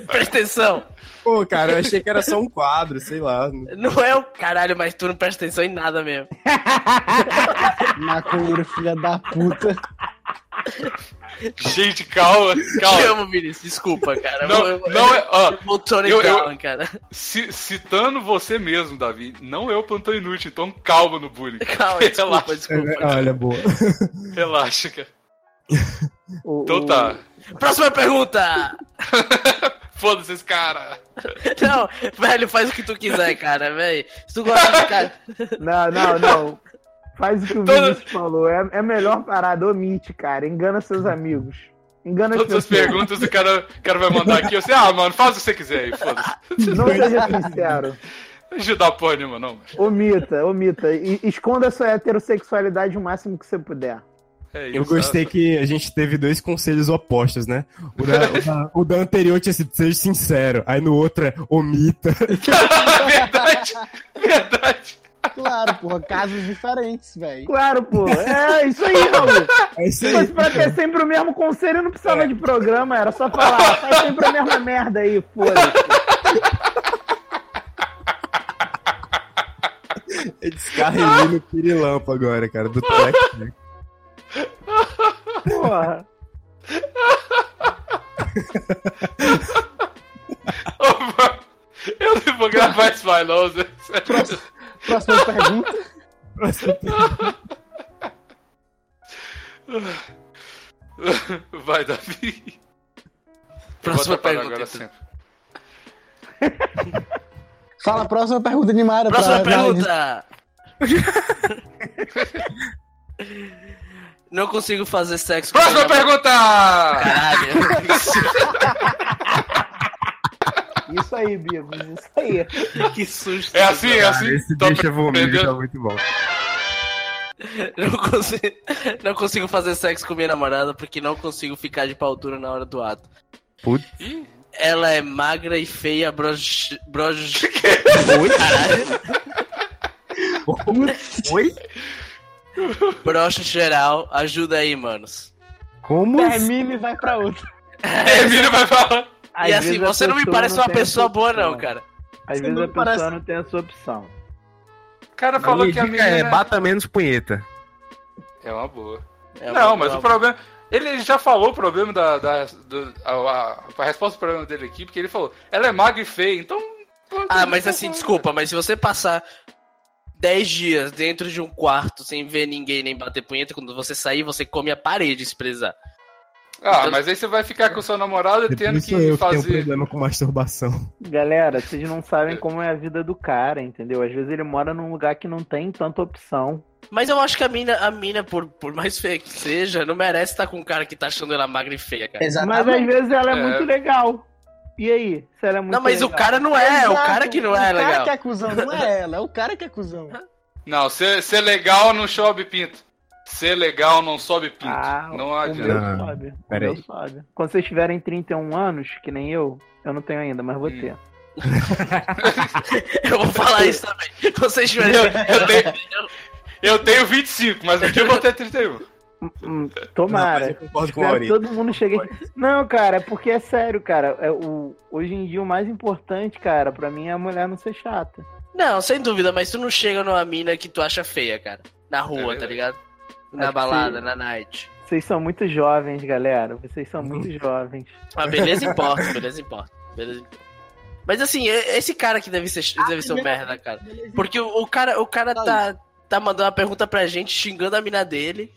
[SPEAKER 1] Presta atenção.
[SPEAKER 5] Pô, cara, eu achei que era só um quadro, sei lá.
[SPEAKER 1] Não é o caralho, mas tu não presta atenção em nada mesmo.
[SPEAKER 7] Maconheiro, filha da puta.
[SPEAKER 2] Gente, calma,
[SPEAKER 1] Te
[SPEAKER 2] calma.
[SPEAKER 1] amo, Vinícius. Desculpa, cara.
[SPEAKER 2] Não,
[SPEAKER 1] Eu- eu-
[SPEAKER 2] não é. Ó,
[SPEAKER 1] eu vou Tony
[SPEAKER 2] eu- eu-
[SPEAKER 1] Gallan, cara.
[SPEAKER 2] ci- citando você mesmo, Davi, não é o plantão inútil, então calma no bullying.
[SPEAKER 1] Calma, desculpa, desculpa.
[SPEAKER 5] É, Olha, boa.
[SPEAKER 2] Relaxa, cara.
[SPEAKER 4] O-
[SPEAKER 2] Então
[SPEAKER 4] o-
[SPEAKER 2] tá.
[SPEAKER 1] Próxima pergunta!
[SPEAKER 2] Foda-se esse cara.
[SPEAKER 1] Não, velho, faz o que tu quiser, cara, velho. Se tu gosta de cara.
[SPEAKER 4] Não, não, não. Faz o que o
[SPEAKER 2] Todas-
[SPEAKER 4] Vinícius falou. É, é melhor parar, omite, cara. Engana seus amigos. Engana as
[SPEAKER 2] Todas as
[SPEAKER 5] é
[SPEAKER 4] pessoas.
[SPEAKER 2] perguntas o cara, o cara vai mandar aqui. Eu sei, ah, mano, faz o que você quiser aí, foda-se.
[SPEAKER 4] Não seja sincero.
[SPEAKER 2] Não ajudar porra nenhuma, não, mano.
[SPEAKER 4] Omita, omita. E- esconda sua heterossexualidade o máximo que você puder.
[SPEAKER 2] É isso.
[SPEAKER 5] Eu gostei que a gente teve dois conselhos opostos, né? O da, o da- o da anterior tinha sido seja sincero, aí no outro é omita.
[SPEAKER 2] verdade, verdade.
[SPEAKER 7] Claro, porra, casos diferentes, velho.
[SPEAKER 4] Claro, pô. É isso aí, Raul.
[SPEAKER 5] É isso
[SPEAKER 4] Se
[SPEAKER 5] aí.
[SPEAKER 4] fosse pra ter sempre o mesmo conselho, não precisava
[SPEAKER 1] É.
[SPEAKER 4] de programa. Era só falar, faz sempre a mesma merda aí, foda-se.
[SPEAKER 5] Eu descarreguei no pirilampo agora, cara, do Telex. né?
[SPEAKER 4] Porra.
[SPEAKER 2] Ô, mano, eu não vou gravar esse vai, não. Zé. Sério.
[SPEAKER 7] Próxima pergunta.
[SPEAKER 2] Vai, Davi.
[SPEAKER 1] Próxima
[SPEAKER 2] Bota para
[SPEAKER 1] pergunta.
[SPEAKER 2] agora
[SPEAKER 1] então.
[SPEAKER 2] sempre.
[SPEAKER 7] Fala a próxima pergunta animada.
[SPEAKER 1] Próxima
[SPEAKER 7] pra- pra-
[SPEAKER 1] pergunta! Não consigo fazer sexo com
[SPEAKER 2] Próxima
[SPEAKER 1] minha mãe.
[SPEAKER 2] pergunta!
[SPEAKER 1] Caralho.
[SPEAKER 4] Isso aí, Bigos. Isso aí.
[SPEAKER 1] Que susto.
[SPEAKER 2] É assim, é
[SPEAKER 5] Cara,
[SPEAKER 2] assim.
[SPEAKER 5] Esse
[SPEAKER 2] Tô
[SPEAKER 5] deixa vomigo tá
[SPEAKER 2] aprendendo.
[SPEAKER 5] muito bom.
[SPEAKER 1] Não consigo, não consigo fazer sexo com minha namorada porque não consigo ficar de pau dura na hora do ato.
[SPEAKER 5] Putz.
[SPEAKER 2] Ih.
[SPEAKER 1] Ela é magra e feia, broche. broche...
[SPEAKER 2] é
[SPEAKER 1] Caralho.
[SPEAKER 5] Oi?
[SPEAKER 1] Brocha geral, ajuda aí, manos.
[SPEAKER 5] Como? assim?
[SPEAKER 7] Termina e vai pra outra.
[SPEAKER 2] É, Emílio vai falar.
[SPEAKER 1] e assim, você não né? me parece uma pessoa boa, não, cara.
[SPEAKER 4] Às vezes
[SPEAKER 7] não
[SPEAKER 4] a pessoa
[SPEAKER 7] parece-
[SPEAKER 4] não tem a sua opção.
[SPEAKER 2] O cara falou que a
[SPEAKER 5] dica
[SPEAKER 2] menina...
[SPEAKER 5] é, bata menos punheta.
[SPEAKER 2] É uma boa.
[SPEAKER 1] É uma
[SPEAKER 2] não, mas
[SPEAKER 1] boa-
[SPEAKER 2] o problema... Ele já falou o problema da... da do- a, a- a resposta pro problema dele aqui, porque ele falou, ela é magra e feia, então...
[SPEAKER 1] Ah, mas assim, desculpa, mas se você passar 10 dias dentro de um quarto sem ver ninguém nem bater punheta, quando você sair, você come a parede se precisar.
[SPEAKER 2] Ah, mas aí você vai ficar com sua namorada tendo
[SPEAKER 5] Depois
[SPEAKER 2] que
[SPEAKER 5] sou eu que tenho um
[SPEAKER 2] fazer...
[SPEAKER 5] problema com masturbação.
[SPEAKER 4] Galera, vocês não sabem como é a vida do cara, entendeu? Às vezes ele mora num lugar que não tem tanta opção.
[SPEAKER 1] Mas eu acho que a mina, a mina por, por mais feia que seja, não merece estar com um cara que tá achando ela magra e feia,
[SPEAKER 3] É
[SPEAKER 1] cara.
[SPEAKER 4] Mas às vezes ela é,
[SPEAKER 2] É.
[SPEAKER 4] muito legal. E aí? Se ela é muito
[SPEAKER 1] não, mas
[SPEAKER 4] legal?
[SPEAKER 1] o cara não é, o
[SPEAKER 7] Exato,
[SPEAKER 1] cara que não é
[SPEAKER 7] O cara
[SPEAKER 1] legal.
[SPEAKER 7] que é cuzão não é ela, é o cara que é cuzão.
[SPEAKER 2] Não, ser, ser legal não sobe pinto. Ser legal não sobe pinto.
[SPEAKER 4] Ah,
[SPEAKER 2] não
[SPEAKER 4] o meu
[SPEAKER 2] adianta.
[SPEAKER 5] Não,
[SPEAKER 4] sobe. o
[SPEAKER 5] peraí.
[SPEAKER 4] meu sobe. Quando vocês tiverem 31 anos, que nem eu, eu não tenho ainda, mas vou
[SPEAKER 2] Hum.
[SPEAKER 4] ter.
[SPEAKER 7] é
[SPEAKER 1] Eu vou falar isso também. Vocês tiverem.
[SPEAKER 2] Eu tenho, eu tenho 25, mas um dia eu vou ter 31.
[SPEAKER 4] Hum,
[SPEAKER 5] Não, mas é eu
[SPEAKER 4] Tomara.
[SPEAKER 5] concordo com o
[SPEAKER 4] Espero que
[SPEAKER 5] Maurício.
[SPEAKER 4] todo mundo chega aqui. Não, cara, é porque é sério, cara. É o... Hoje em dia o mais importante, cara, pra mim é a mulher não ser chata.
[SPEAKER 1] Não, sem dúvida, mas tu não chega numa mina que tu acha feia, cara. Na rua,
[SPEAKER 2] É
[SPEAKER 1] tá
[SPEAKER 2] verdade.
[SPEAKER 1] ligado?
[SPEAKER 4] Acho
[SPEAKER 1] Na
[SPEAKER 4] que
[SPEAKER 1] balada, na night.
[SPEAKER 4] Vocês são muito jovens, galera. Vocês são muito
[SPEAKER 5] Uhum.
[SPEAKER 4] jovens.
[SPEAKER 1] Mas Ah, beleza importa, beleza importa. Beleza importa. Mas assim, é- esse cara que deve ser, deve ser um merda, cara. Porque o, o cara, o cara tá, tá mandando uma pergunta pra gente, xingando a mina dele.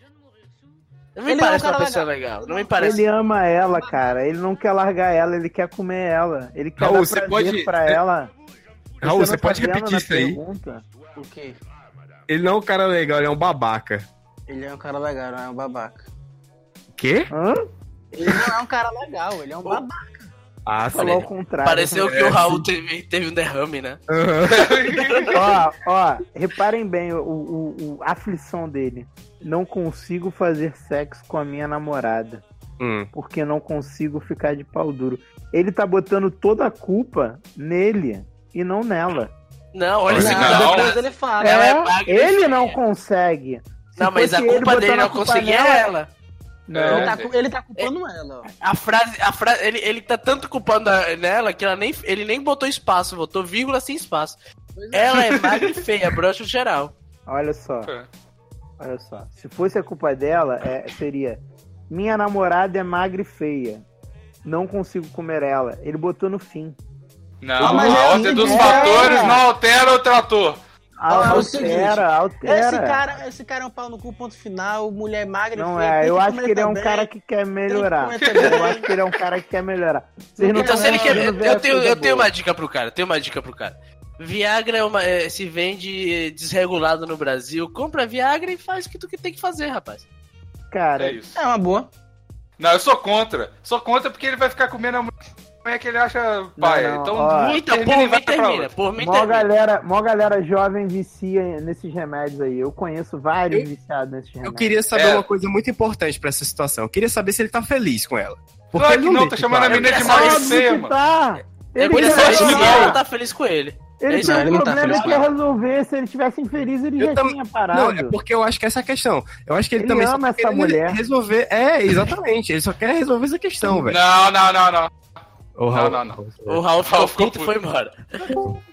[SPEAKER 1] Não me
[SPEAKER 7] Ele é um
[SPEAKER 1] parece uma
[SPEAKER 7] cara
[SPEAKER 1] pessoa legal. Não me parece.
[SPEAKER 4] Ele é ama ela, cara. Ele não quer largar ela, ele quer comer ela. Ele quer
[SPEAKER 5] Raul,
[SPEAKER 4] dar
[SPEAKER 5] você
[SPEAKER 4] prazer
[SPEAKER 5] pode-
[SPEAKER 4] pra ela.
[SPEAKER 5] Raul,
[SPEAKER 4] não
[SPEAKER 5] você
[SPEAKER 4] tá
[SPEAKER 5] pode
[SPEAKER 4] vendo
[SPEAKER 5] repetir
[SPEAKER 4] na
[SPEAKER 5] isso aí?
[SPEAKER 4] pergunta?
[SPEAKER 7] O quê?
[SPEAKER 5] Ele não é um cara legal, ele é um babaca.
[SPEAKER 7] Ele é um cara legal, não é um babaca.
[SPEAKER 5] Quê?
[SPEAKER 4] Hã?
[SPEAKER 7] Ele não é um cara legal, ele é um babaca.
[SPEAKER 5] Ah,
[SPEAKER 4] Falou ao
[SPEAKER 5] sim.
[SPEAKER 4] contrário.
[SPEAKER 1] Pareceu que o Raul teve, teve um derrame, né?
[SPEAKER 5] Aham.
[SPEAKER 4] ó, ó, reparem bem o, o- o- a aflição dele. Não consigo fazer sexo com a minha namorada.
[SPEAKER 5] Hum.
[SPEAKER 4] porque não consigo ficar de pau duro. Ele tá botando toda a culpa nele e não nela.
[SPEAKER 1] Não, olha esse
[SPEAKER 2] Não,
[SPEAKER 1] final.
[SPEAKER 2] mas
[SPEAKER 1] Não,
[SPEAKER 7] ele fala.
[SPEAKER 1] Ela é
[SPEAKER 4] É,
[SPEAKER 1] magra,
[SPEAKER 4] ele
[SPEAKER 1] feia.
[SPEAKER 4] não consegue. Se
[SPEAKER 1] mas a
[SPEAKER 4] fosse ele
[SPEAKER 1] culpa dele
[SPEAKER 4] botando a
[SPEAKER 1] não
[SPEAKER 4] culpa
[SPEAKER 1] conseguir
[SPEAKER 4] nela-
[SPEAKER 1] é ela.
[SPEAKER 7] Ele
[SPEAKER 2] É,
[SPEAKER 7] tá,
[SPEAKER 2] gente.
[SPEAKER 7] cu- ele tá culpando ela, ó.
[SPEAKER 1] A frase, a frase ele, ele tá tanto culpando a- nela que ela nem, ele nem botou espaço, botou vírgula sem espaço. Ela é magra e feia, broxa geral.
[SPEAKER 4] Olha só,
[SPEAKER 2] É.
[SPEAKER 4] olha só. Se fosse a culpa dela, é- seria: Minha namorada é magra e feia. Não consigo comer ela. Ele botou no fim.
[SPEAKER 2] Não,
[SPEAKER 7] Ah, mas
[SPEAKER 2] a
[SPEAKER 7] é
[SPEAKER 2] ordem
[SPEAKER 7] assim,
[SPEAKER 2] dos
[SPEAKER 7] é.
[SPEAKER 2] fatores não altera o trator.
[SPEAKER 7] Ah, é o seguinte,
[SPEAKER 4] altera, altera.
[SPEAKER 7] Esse cara, esse cara é um pau no cu, ponto final. Mulher magra,
[SPEAKER 4] Não
[SPEAKER 7] feia, tem
[SPEAKER 4] é, eu acho
[SPEAKER 7] comer
[SPEAKER 4] que ele é um
[SPEAKER 7] também.
[SPEAKER 4] cara que quer melhorar.
[SPEAKER 7] Tem que comer também.
[SPEAKER 4] Eu acho que ele é um cara que quer melhorar. Vocês não
[SPEAKER 1] Então,
[SPEAKER 4] tão
[SPEAKER 1] se ele quer.
[SPEAKER 4] conseguindo ver a
[SPEAKER 1] Eu tenho,
[SPEAKER 4] coisa
[SPEAKER 1] eu tenho
[SPEAKER 4] boa.
[SPEAKER 1] uma dica pro cara, tenho uma dica pro cara. Viagra é uma- é, se vende desregulado no Brasil. Compra Viagra e faz o que tu que tem que fazer, rapaz.
[SPEAKER 4] Cara,
[SPEAKER 2] É isso.
[SPEAKER 7] É uma boa.
[SPEAKER 2] Não, eu sou contra. Sou contra porque ele vai ficar comendo a mulher é que ele acha pai.
[SPEAKER 4] não,
[SPEAKER 2] então,
[SPEAKER 4] ó.
[SPEAKER 2] muito
[SPEAKER 1] Então, por mim termina. Por mim
[SPEAKER 4] mó
[SPEAKER 1] termina.
[SPEAKER 4] galera, mó galera jovem vicia nesses remédios aí. Eu conheço vários viciados nesses
[SPEAKER 5] Eu
[SPEAKER 4] remédios.
[SPEAKER 5] queria saber
[SPEAKER 2] É.
[SPEAKER 5] uma coisa muito importante pra essa situação. Eu queria saber se ele tá feliz com ela.
[SPEAKER 2] Claro que não,
[SPEAKER 5] deixa
[SPEAKER 2] tá chamando
[SPEAKER 5] claro.
[SPEAKER 2] a menina de
[SPEAKER 1] Engraçado
[SPEAKER 2] magra e
[SPEAKER 4] Óbvio
[SPEAKER 2] feia,
[SPEAKER 4] que
[SPEAKER 2] mano.
[SPEAKER 4] tá. Ele,
[SPEAKER 1] Ele
[SPEAKER 4] ele,
[SPEAKER 2] queria
[SPEAKER 1] sabe
[SPEAKER 2] saber
[SPEAKER 1] se
[SPEAKER 2] se
[SPEAKER 1] ela
[SPEAKER 2] não.
[SPEAKER 1] tá feliz com ele.
[SPEAKER 4] ele
[SPEAKER 1] Ele
[SPEAKER 4] tem
[SPEAKER 1] sabe
[SPEAKER 4] um
[SPEAKER 1] que não
[SPEAKER 7] tá
[SPEAKER 4] problema
[SPEAKER 7] feliz
[SPEAKER 4] que
[SPEAKER 7] com
[SPEAKER 4] é
[SPEAKER 7] ela.
[SPEAKER 4] resolver. Se ele estivesse infeliz, ele
[SPEAKER 5] Eu
[SPEAKER 4] já
[SPEAKER 5] tam-
[SPEAKER 4] tinha
[SPEAKER 5] Não,
[SPEAKER 4] parado.
[SPEAKER 5] é porque eu acho que essa é a questão. Eu acho que ele,
[SPEAKER 4] Ele
[SPEAKER 5] também só
[SPEAKER 4] ama
[SPEAKER 5] tá
[SPEAKER 4] essa
[SPEAKER 5] querendo
[SPEAKER 4] mulher.
[SPEAKER 5] resolver. É, exatamente. Ele só quer resolver essa questão, velho.
[SPEAKER 2] Não, não, não, não.
[SPEAKER 5] Ô,
[SPEAKER 2] não, não.
[SPEAKER 1] O Raul ficou
[SPEAKER 2] Raul ficou
[SPEAKER 1] puto e
[SPEAKER 2] puto.
[SPEAKER 1] foi embora.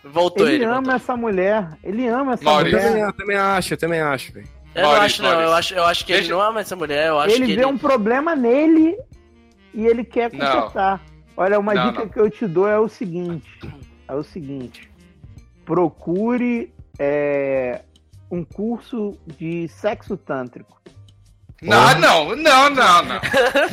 [SPEAKER 1] Voltou
[SPEAKER 4] Ele,
[SPEAKER 1] ele.
[SPEAKER 4] ama
[SPEAKER 1] voltou.
[SPEAKER 4] essa mulher. Ele ama essa
[SPEAKER 5] Eu
[SPEAKER 2] Maurício.
[SPEAKER 5] também,
[SPEAKER 4] mulher.
[SPEAKER 5] eu também acho, eu também acho, velho.
[SPEAKER 1] Eu não
[SPEAKER 2] Maurício,
[SPEAKER 1] acho, não. Eu
[SPEAKER 2] Maurício.
[SPEAKER 1] acho, eu acho que ele
[SPEAKER 2] Deixa-
[SPEAKER 1] não ama essa mulher. Eu acho
[SPEAKER 4] Ele
[SPEAKER 1] que
[SPEAKER 4] vê
[SPEAKER 1] ele.
[SPEAKER 4] um problema nele e ele quer
[SPEAKER 2] Não.
[SPEAKER 4] consertar. Olha, uma
[SPEAKER 2] Não,
[SPEAKER 4] dica
[SPEAKER 2] não.
[SPEAKER 4] que eu te dou é o seguinte. É o seguinte. Procure é, um curso de sexo tântrico.
[SPEAKER 2] Não, não, não, não, não.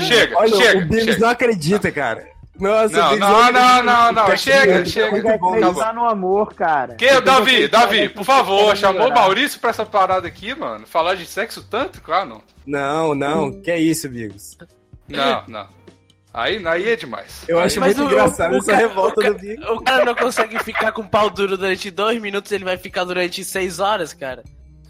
[SPEAKER 2] Chega,
[SPEAKER 5] Olha,
[SPEAKER 2] chega,
[SPEAKER 5] o Biggs
[SPEAKER 2] chega.
[SPEAKER 5] não acredita, cara. Nossa,
[SPEAKER 2] Não,
[SPEAKER 5] o Biggs
[SPEAKER 2] não, não, não, não,
[SPEAKER 5] Tá
[SPEAKER 2] chega,
[SPEAKER 5] acreditando.
[SPEAKER 2] chega.
[SPEAKER 5] Muito
[SPEAKER 4] Quer
[SPEAKER 5] bom,
[SPEAKER 2] acabou.
[SPEAKER 4] acreditar tá no amor, cara. Então,
[SPEAKER 2] Que, Davi,
[SPEAKER 4] Você tá
[SPEAKER 2] Davi,
[SPEAKER 4] quer
[SPEAKER 2] por favor,
[SPEAKER 4] melhorar.
[SPEAKER 2] chamou o Maurício pra essa parada aqui, mano. Falar de sexo tântrico? Ah, não.
[SPEAKER 5] Não, não, que isso, Biggs.
[SPEAKER 2] Não, não. Aí, aí é demais.
[SPEAKER 5] Eu
[SPEAKER 2] Aí-
[SPEAKER 5] acho
[SPEAKER 1] Mas
[SPEAKER 5] muito
[SPEAKER 1] o-
[SPEAKER 5] engraçado
[SPEAKER 1] o
[SPEAKER 5] essa
[SPEAKER 1] cara-
[SPEAKER 5] revolta
[SPEAKER 1] o cara-
[SPEAKER 5] do Biggs.
[SPEAKER 1] O cara não consegue ficar com pau duro durante dois minutos, ele vai ficar durante seis horas, cara.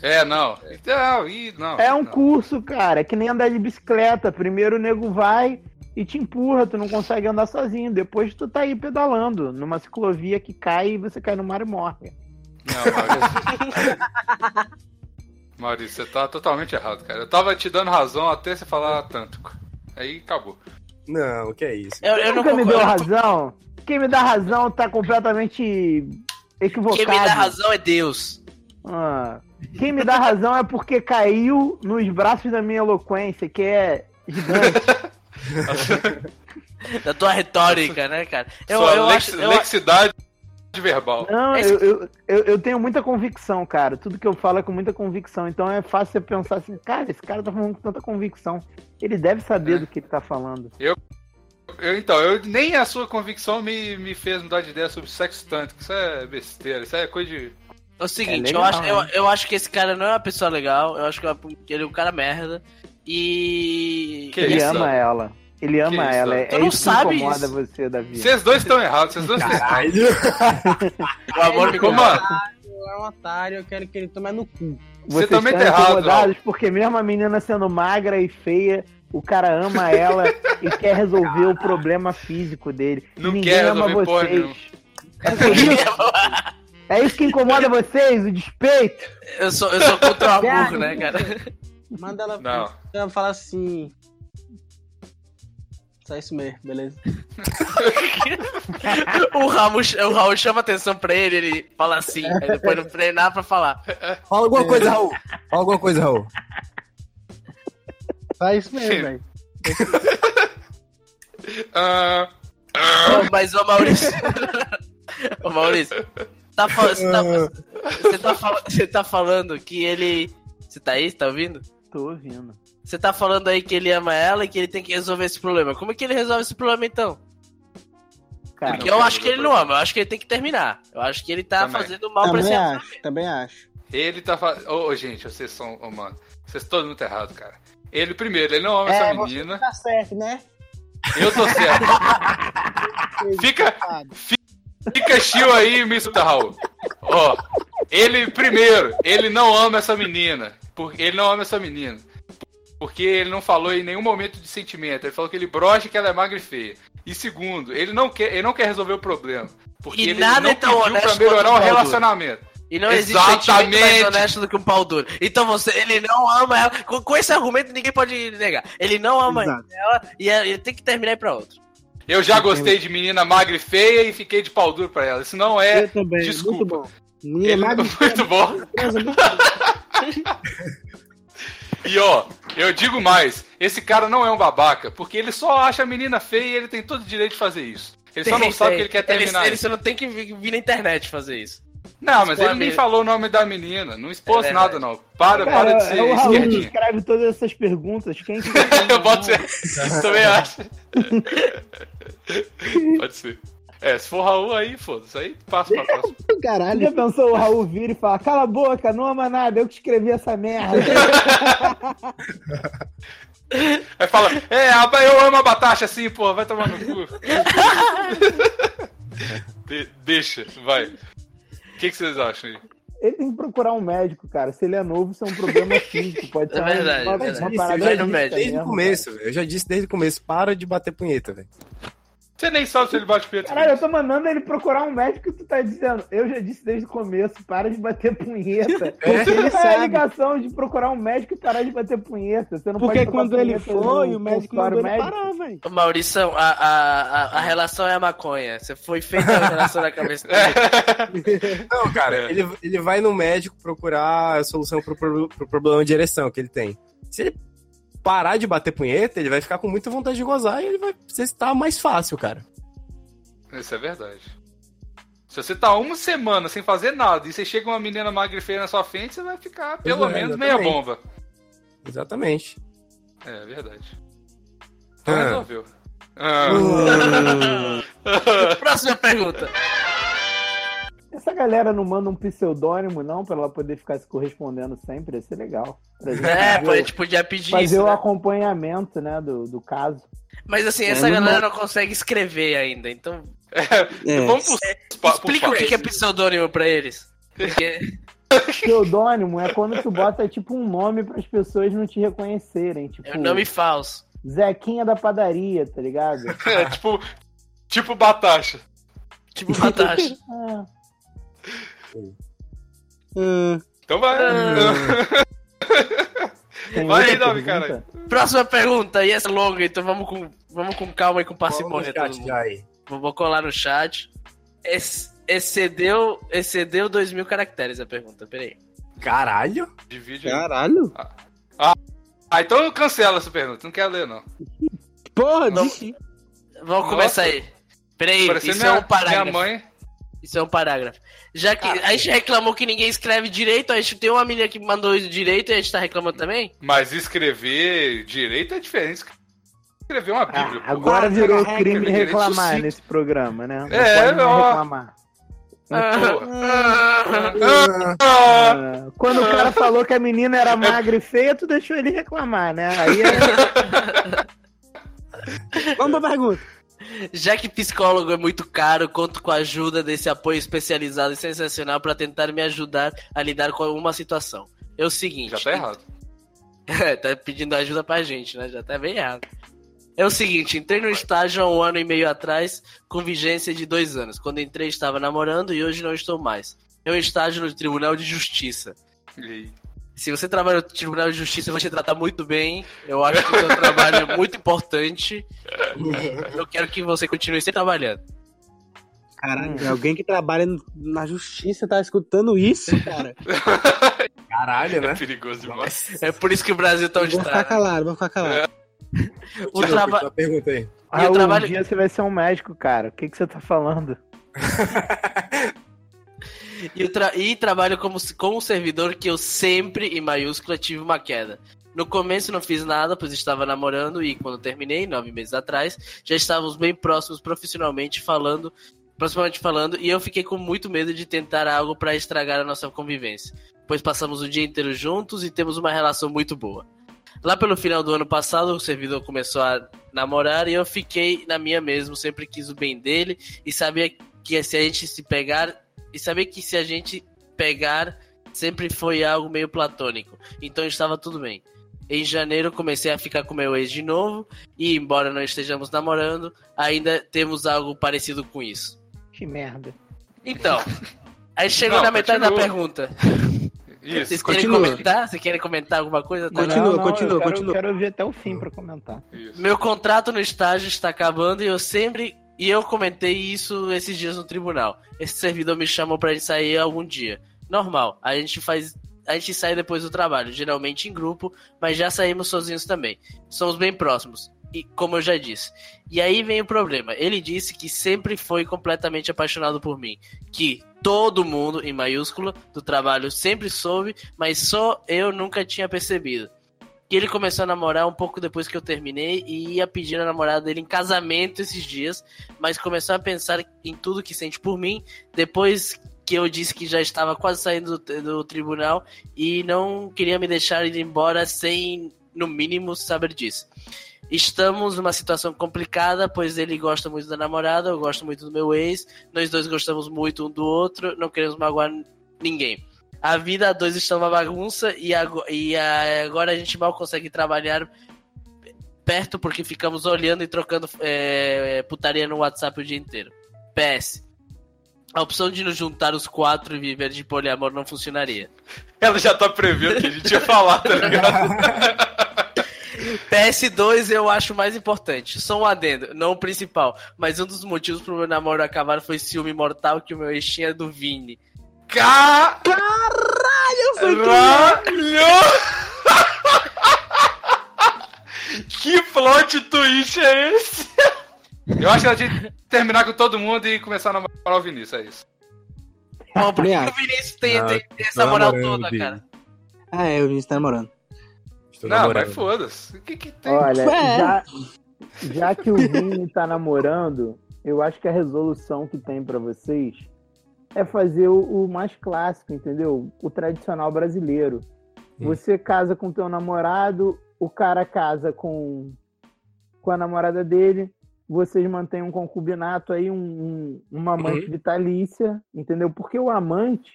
[SPEAKER 2] É, não. Então, e não.
[SPEAKER 4] É um
[SPEAKER 2] não.
[SPEAKER 4] curso, cara, é que nem andar de bicicleta. Primeiro o nego vai e te empurra, tu não consegue andar sozinho. Depois tu tá aí pedalando numa ciclovia que cai e você cai no mar e morre.
[SPEAKER 2] Não, Maurício. Maurício, você tá totalmente errado, cara. Eu tava te dando razão até você falar tântrico. Aí acabou.
[SPEAKER 5] Não, que isso.
[SPEAKER 1] Eu, eu não
[SPEAKER 4] Nunca me
[SPEAKER 1] concordo.
[SPEAKER 4] deu razão. Quem me dá razão tá completamente equivocado.
[SPEAKER 1] Quem me dá razão é Deus.
[SPEAKER 4] Ah, quem me dá razão é porque caiu nos braços da minha eloquência, que é gigante.
[SPEAKER 1] Da tua retórica, né, cara? Eu,
[SPEAKER 2] Sua
[SPEAKER 1] eu
[SPEAKER 2] lex-
[SPEAKER 1] acho. eu-
[SPEAKER 2] lexicidade verbal.
[SPEAKER 4] Não,
[SPEAKER 1] Esse-
[SPEAKER 4] eu, eu, eu, eu tenho muita convicção, cara. Tudo que eu falo é com muita convicção. Então é fácil você pensar assim, cara, esse cara tá falando com tanta convicção. Ele deve saber
[SPEAKER 2] É.
[SPEAKER 4] do que ele tá falando.
[SPEAKER 2] Eu- então, eu, nem a sua convicção me, me fez mudar de ideia sobre sexo tântrico. Isso é besteira, isso é coisa de.
[SPEAKER 1] É o seguinte,
[SPEAKER 4] É
[SPEAKER 1] eu,
[SPEAKER 4] legal,
[SPEAKER 1] acho, eu,
[SPEAKER 4] né?
[SPEAKER 1] eu acho que esse cara não é uma pessoa legal, eu acho que é uma- que ele é um cara merda. E. é
[SPEAKER 2] Que
[SPEAKER 4] ele
[SPEAKER 2] isso?
[SPEAKER 4] ama ela. Ele ama
[SPEAKER 2] isso?
[SPEAKER 4] ela. É
[SPEAKER 1] Tu
[SPEAKER 4] é
[SPEAKER 1] não
[SPEAKER 4] isso
[SPEAKER 1] sabe
[SPEAKER 4] que incomoda
[SPEAKER 1] isso.
[SPEAKER 4] você, Davi.
[SPEAKER 2] Vocês dois estão errados, vocês dois estão errados.
[SPEAKER 5] Caralho.
[SPEAKER 1] assim, O amor me
[SPEAKER 2] Ô, mano,
[SPEAKER 7] É um otário, eu quero que ele tome no cu.
[SPEAKER 2] você
[SPEAKER 4] Vocês
[SPEAKER 2] também tá
[SPEAKER 4] estão
[SPEAKER 2] errado. Raul.
[SPEAKER 4] incomodados porque mesmo a menina sendo magra e feia, o cara ama ela e quer resolver o problema físico dele.
[SPEAKER 2] Não
[SPEAKER 4] Ninguém
[SPEAKER 2] quer
[SPEAKER 4] ama
[SPEAKER 2] resolver porra nenhuma.
[SPEAKER 4] vocês. É, por isso, é isso que incomoda vocês, o despeito.
[SPEAKER 1] Eu sou, eu sou contra o amor, né, cara?
[SPEAKER 7] Manda ela,
[SPEAKER 2] Não.
[SPEAKER 7] manda ela falar assim. Só isso mesmo, beleza.
[SPEAKER 1] O Raul, o Raul chama atenção pra ele, ele fala assim, aí depois não treinar pra falar.
[SPEAKER 5] Fala alguma coisa, Raul. Fala alguma coisa, Raul.
[SPEAKER 7] Só isso
[SPEAKER 2] Sim.
[SPEAKER 7] mesmo, velho.
[SPEAKER 2] Ah,
[SPEAKER 1] Ô, mas ô Maurício. ô Maurício, tá fal- você tá, você tá fal- você tá falando que ele. Você tá aí? Você tá ouvindo?
[SPEAKER 4] Tô ouvindo.
[SPEAKER 1] Você tá falando aí que ele ama ela e que ele tem que resolver esse problema. Como é que ele resolve esse problema então?
[SPEAKER 4] Cara,
[SPEAKER 1] Porque eu acho que ele não ama, eu acho que ele tem que terminar. Eu acho que ele tá
[SPEAKER 2] Também.
[SPEAKER 1] fazendo mal pra
[SPEAKER 7] Também
[SPEAKER 1] esse
[SPEAKER 7] acho, também acho.
[SPEAKER 2] ele tá fazendo. Ô, ô, gente, vocês são. Ô, mano, vocês todo mundo tá errado, cara. Ele, primeiro, ele não ama
[SPEAKER 7] É,
[SPEAKER 2] essa
[SPEAKER 7] você
[SPEAKER 2] menina.
[SPEAKER 7] tá certo, né?
[SPEAKER 2] Eu tô certo. Fica, Fica chill aí, Mr. Raul. Ó, ele, primeiro, ele não ama essa menina. Porque ele não ama essa menina. Porque ele não falou em nenhum momento de sentimento. Ele falou que ele brocha que ela é magra e feia. E segundo, ele não quer, ele não quer resolver o problema. Porque
[SPEAKER 1] E
[SPEAKER 2] ele
[SPEAKER 1] nada
[SPEAKER 2] não
[SPEAKER 1] é tão
[SPEAKER 2] pediu pra
[SPEAKER 1] honesto
[SPEAKER 2] melhorar
[SPEAKER 1] quanto
[SPEAKER 2] o
[SPEAKER 1] o Maduro.
[SPEAKER 2] relacionamento.
[SPEAKER 1] E não existe
[SPEAKER 2] Exatamente.
[SPEAKER 1] sentimento mais honesto do que um pau duro. Então você, ele não ama ela. Com, com esse argumento ninguém pode negar. Ele não ama
[SPEAKER 5] Exato.
[SPEAKER 1] ela e é- ele tem que terminar e ir pra outro.
[SPEAKER 2] Eu já gostei de menina magra e feia e fiquei de pau duro pra ela. Isso não é.
[SPEAKER 7] Eu também,
[SPEAKER 2] desculpa.
[SPEAKER 7] muito bom. Menina
[SPEAKER 2] Ele- tá
[SPEAKER 7] magra,
[SPEAKER 2] muito bom.
[SPEAKER 7] gostosa, muito bom.
[SPEAKER 2] E ó, eu digo mais, esse cara não é um babaca, porque ele só acha a menina feia e ele tem todo o direito de fazer isso. Ele só não
[SPEAKER 1] Tem-
[SPEAKER 2] sabe
[SPEAKER 1] tem.
[SPEAKER 2] que ele quer terminar
[SPEAKER 1] Ele, ele
[SPEAKER 2] isso.
[SPEAKER 1] só não tem que vir, vir na internet fazer isso.
[SPEAKER 2] Não, mas
[SPEAKER 1] expõe
[SPEAKER 2] ele
[SPEAKER 1] a
[SPEAKER 2] nem
[SPEAKER 1] menina.
[SPEAKER 2] falou o nome da menina, não expôs
[SPEAKER 1] É verdade.
[SPEAKER 2] nada não. Para,
[SPEAKER 4] Cara,
[SPEAKER 2] para de ser
[SPEAKER 4] é o Raul que
[SPEAKER 2] esquerdinha.
[SPEAKER 4] escreve todas essas perguntas. Quem que...
[SPEAKER 2] Eu Pode ser. Também acho. Pode ser. É, se for Raul aí, foda-se. Aí passa pra próxima.
[SPEAKER 4] Você
[SPEAKER 7] Caralho.
[SPEAKER 4] já pensou o Raul vir e falar, cala a boca, não ama nada, eu que escrevi essa merda.
[SPEAKER 2] Aí fala, é, aba- eu amo a batata assim, pô, vai tomar no cu. De- deixa, vai. O que, que vocês acham aí?
[SPEAKER 4] Ele tem que procurar um médico, cara. Se ele é novo, isso é um problema físico. Pode
[SPEAKER 1] É
[SPEAKER 4] ser uma-
[SPEAKER 1] verdade,
[SPEAKER 4] uma,
[SPEAKER 1] é verdade.
[SPEAKER 4] uma
[SPEAKER 5] Eu
[SPEAKER 4] parada
[SPEAKER 5] já
[SPEAKER 1] Vai no
[SPEAKER 5] disse
[SPEAKER 1] médico.
[SPEAKER 5] desde o
[SPEAKER 4] mesmo,
[SPEAKER 5] começo, velho. Eu já disse desde o começo, para de bater punheta, velho.
[SPEAKER 2] Você nem sabe se ele bate preto.
[SPEAKER 4] Caralho, eu tô mandando ele procurar um médico e tu tá dizendo. Eu já disse desde o começo, para de bater punheta.
[SPEAKER 5] É?
[SPEAKER 4] Ele
[SPEAKER 7] Ele
[SPEAKER 4] é a
[SPEAKER 7] sabe.
[SPEAKER 4] ligação de procurar um médico e parar de bater punheta. Você não
[SPEAKER 7] Porque
[SPEAKER 4] pode tocar
[SPEAKER 7] quando ele
[SPEAKER 4] punheta
[SPEAKER 7] foi,
[SPEAKER 4] no
[SPEAKER 7] o médico
[SPEAKER 4] consultório
[SPEAKER 7] mandou ele parar, velho.
[SPEAKER 1] Ô, Maurício, a, a, a, a relação é a maconha. Você foi feito a relação na cabeça dele.
[SPEAKER 5] Não, cara,
[SPEAKER 2] É.
[SPEAKER 5] ele, ele vai no médico procurar a solução pro, pro- pro problema de ereção que ele tem. Se ele parar de bater punheta, ele vai ficar com muita vontade de gozar e ele vai se excitar mais fácil, cara.
[SPEAKER 2] Isso é verdade. Se você tá uma semana sem fazer nada e você chega uma menina magra e feia na sua frente, você vai ficar pelo
[SPEAKER 5] é,
[SPEAKER 2] menos meia
[SPEAKER 5] exatamente.
[SPEAKER 2] bomba.
[SPEAKER 5] Exatamente.
[SPEAKER 2] É, é verdade. Então
[SPEAKER 5] Ah.
[SPEAKER 2] resolveu. Ah.
[SPEAKER 3] Hum.
[SPEAKER 1] Próxima pergunta.
[SPEAKER 4] Essa galera não manda um pseudônimo, não, pra ela poder ficar se correspondendo sempre. Ia ser legal. Pra gente
[SPEAKER 1] É,
[SPEAKER 4] fazer
[SPEAKER 1] pô, a
[SPEAKER 4] o-
[SPEAKER 1] gente podia pedir
[SPEAKER 4] fazer
[SPEAKER 1] isso.
[SPEAKER 4] o
[SPEAKER 1] né?
[SPEAKER 4] acompanhamento, né, do, do caso.
[SPEAKER 1] Mas assim, essa galera não consegue escrever ainda. Então,
[SPEAKER 2] É. Vamos pro, pa- pro
[SPEAKER 1] É, explica o que
[SPEAKER 2] fato.
[SPEAKER 1] que é pseudônimo pra eles. Porque
[SPEAKER 4] Pseudônimo é quando tu bota, tipo, um nome para as pessoas não te reconhecerem. Tipo,
[SPEAKER 1] é um nome falso.
[SPEAKER 4] Zequinha da padaria, tá ligado?
[SPEAKER 2] É, tipo, tipo Batacha.
[SPEAKER 1] Tipo Batasha.
[SPEAKER 4] Ah,
[SPEAKER 7] Hum,
[SPEAKER 2] Então vai.
[SPEAKER 4] tem
[SPEAKER 2] Vai aí,
[SPEAKER 4] outra
[SPEAKER 2] Davi,
[SPEAKER 4] pergunta?
[SPEAKER 2] caralho.
[SPEAKER 1] Próxima pergunta, e essa é longa, então vamos com, vamos com calma e com parcimônia.
[SPEAKER 5] Chat
[SPEAKER 1] todo mundo.
[SPEAKER 5] já aí.
[SPEAKER 1] Vou vou colar no chat. Ex- excedeu, excedeu 2 mil caracteres a pergunta, peraí.
[SPEAKER 5] Caralho?
[SPEAKER 2] Divide aí.
[SPEAKER 7] Caralho.
[SPEAKER 2] Ah, então cancela essa pergunta. Não quero ler, não.
[SPEAKER 7] Porra,
[SPEAKER 1] Não.
[SPEAKER 7] desisti.
[SPEAKER 1] Vamos
[SPEAKER 2] Nossa.
[SPEAKER 1] começar aí. Peraí,
[SPEAKER 2] Parecendo
[SPEAKER 1] isso
[SPEAKER 2] minha,
[SPEAKER 1] é um parágrafo.
[SPEAKER 2] minha mãe. Ah.
[SPEAKER 1] Isso é um parágrafo. Já que a gente reclamou que ninguém escreve direito, a gente tem uma menina que mandou isso direito e a gente tá reclamando também?
[SPEAKER 2] Mas escrever direito é diferente. Escrever uma bíblia.
[SPEAKER 4] Ah,
[SPEAKER 2] pô.
[SPEAKER 4] agora virou
[SPEAKER 2] Caraca, é
[SPEAKER 4] crime
[SPEAKER 2] direito
[SPEAKER 4] reclamar
[SPEAKER 2] sucinto.
[SPEAKER 4] nesse programa, né? Não
[SPEAKER 2] É,
[SPEAKER 4] pode mais
[SPEAKER 2] ó.
[SPEAKER 4] reclamar.
[SPEAKER 2] Pô.
[SPEAKER 4] Ah, Quando o cara falou que a menina era magra e feia, tu deixou ele reclamar, né? Aí é-
[SPEAKER 7] Vamos pra pergunta.
[SPEAKER 1] Já que psicólogo é muito caro, conto com a ajuda desse apoio especializado e sensacional pra tentar me ajudar a lidar com uma situação. É o seguinte.
[SPEAKER 2] Já tá errado.
[SPEAKER 1] É, tá pedindo ajuda pra gente, né? Já tá bem errado. É o seguinte, entrei no estágio há um ano e meio atrás, com vigência de dois anos. Quando entrei, estava namorando e hoje não estou mais. É um estágio no Tribunal de Justiça.
[SPEAKER 2] E-
[SPEAKER 1] Se você trabalha no Tribunal de Justiça, vai te tratar muito bem. Eu acho que o seu trabalho é muito importante. Eu quero que você continue sempre trabalhando.
[SPEAKER 7] Caralho, é alguém que trabalha no- na justiça tá escutando isso, cara.
[SPEAKER 5] Caralho,
[SPEAKER 2] É
[SPEAKER 5] né?
[SPEAKER 2] perigoso demais.
[SPEAKER 5] Nossa.
[SPEAKER 1] É por isso que o Brasil tá
[SPEAKER 7] Vou
[SPEAKER 1] onde
[SPEAKER 7] ficar
[SPEAKER 1] tá. né?
[SPEAKER 7] calado, vou ficar calado.
[SPEAKER 2] É.
[SPEAKER 1] O
[SPEAKER 5] Continua,
[SPEAKER 1] traba-
[SPEAKER 5] continua a pergunta aí.
[SPEAKER 4] Ah,
[SPEAKER 1] eu trabalho-
[SPEAKER 4] um dia você vai ser um médico, cara. O que, que você tá falando?
[SPEAKER 1] E, eu tra- e trabalho como, se- com um servidor que eu sempre, em maiúscula, tive uma queda. No começo não fiz nada, pois estava namorando e quando terminei, nove meses atrás, já estávamos bem próximos profissionalmente falando, proximamente falando, e eu fiquei com muito medo de tentar algo para estragar a nossa convivência, pois passamos o dia inteiro juntos e temos uma relação muito boa. Lá pelo final do ano passado, o servidor começou a namorar e eu fiquei na minha mesmo, sempre quis o bem dele e sabia que se a gente se pegar, e saber que se a gente pegar, sempre foi algo meio platônico. Então estava tudo bem. Em janeiro comecei a ficar com meu ex de novo. E embora não estejamos namorando, ainda temos algo parecido com isso.
[SPEAKER 4] Que merda.
[SPEAKER 1] Então, aí chegou
[SPEAKER 2] Não,
[SPEAKER 1] na metade da
[SPEAKER 2] continua.
[SPEAKER 1] pergunta. Vocês
[SPEAKER 2] Isso,
[SPEAKER 1] querem
[SPEAKER 5] continua.
[SPEAKER 1] comentar? Vocês querem comentar alguma coisa? Tá?
[SPEAKER 5] Continua, continua,
[SPEAKER 4] eu quero,
[SPEAKER 5] continua.
[SPEAKER 4] quero ouvir até o fim pra comentar.
[SPEAKER 2] isso.
[SPEAKER 1] Meu contrato no estágio está acabando e eu sempre. E eu comentei isso esses dias no tribunal. Esse servidor me chamou pra gente sair algum dia. Normal, a gente faz. A gente sai depois do trabalho, geralmente em grupo, mas já saímos sozinhos também. Somos bem próximos. E como eu já disse. E aí vem o problema. Ele disse que sempre foi completamente apaixonado por mim. Que todo mundo, em maiúscula, do trabalho sempre soube, mas só eu nunca tinha percebido que ele começou a namorar um pouco depois que eu terminei e ia pedir a namorada dele em casamento esses dias, mas começou a pensar em tudo que sente por mim depois que eu disse que já estava quase saindo do, do tribunal e não queria me deixar ir embora sem, no mínimo, saber disso. Estamos numa situação complicada, pois ele gosta muito da namorada, eu gosto muito do meu ex, nós dois gostamos muito um do outro, não queremos magoar ninguém. A vida a dois está uma bagunça e ago- e a- agora a gente mal consegue trabalhar perto porque ficamos olhando e trocando é, putaria no WhatsApp o dia inteiro. PS. A opção de nos juntar os quatro e viver de poliamor não funcionaria.
[SPEAKER 2] Ela já tá prevendo que a gente ia falar, tá ligado?
[SPEAKER 1] PS2 eu acho mais importante. Só um adendo, não o principal. Mas um dos motivos pro meu namoro acabar foi ciúme mortal que o meu ex tinha do Vini.
[SPEAKER 2] Car... Caralho! que plot twist é esse? Eu acho que a gente terminar com todo mundo e começar a namorar o Vinícius, é isso.
[SPEAKER 4] Ah,
[SPEAKER 1] Bom, por que
[SPEAKER 3] acho.
[SPEAKER 1] o Vinícius tem,
[SPEAKER 5] Ah,
[SPEAKER 1] tem- tem essa
[SPEAKER 5] tô
[SPEAKER 1] moral
[SPEAKER 5] namorando,
[SPEAKER 1] toda,
[SPEAKER 5] Vini.
[SPEAKER 1] cara?
[SPEAKER 3] Ah, é, o Vinícius tá namorando.
[SPEAKER 5] Estou
[SPEAKER 2] não,
[SPEAKER 5] namorando.
[SPEAKER 2] mas foda-se. O que que tem?
[SPEAKER 4] Olha,
[SPEAKER 3] É.
[SPEAKER 4] já, já que o Vini tá namorando, eu acho que a resolução que tem pra vocês é fazer o, o mais clássico, entendeu? O tradicional brasileiro.
[SPEAKER 5] Hum.
[SPEAKER 4] Você casa com teu namorado, o cara casa com, com a namorada dele, vocês mantêm um concubinato aí, um, um- uma amante vitalícia, entendeu? Porque o amante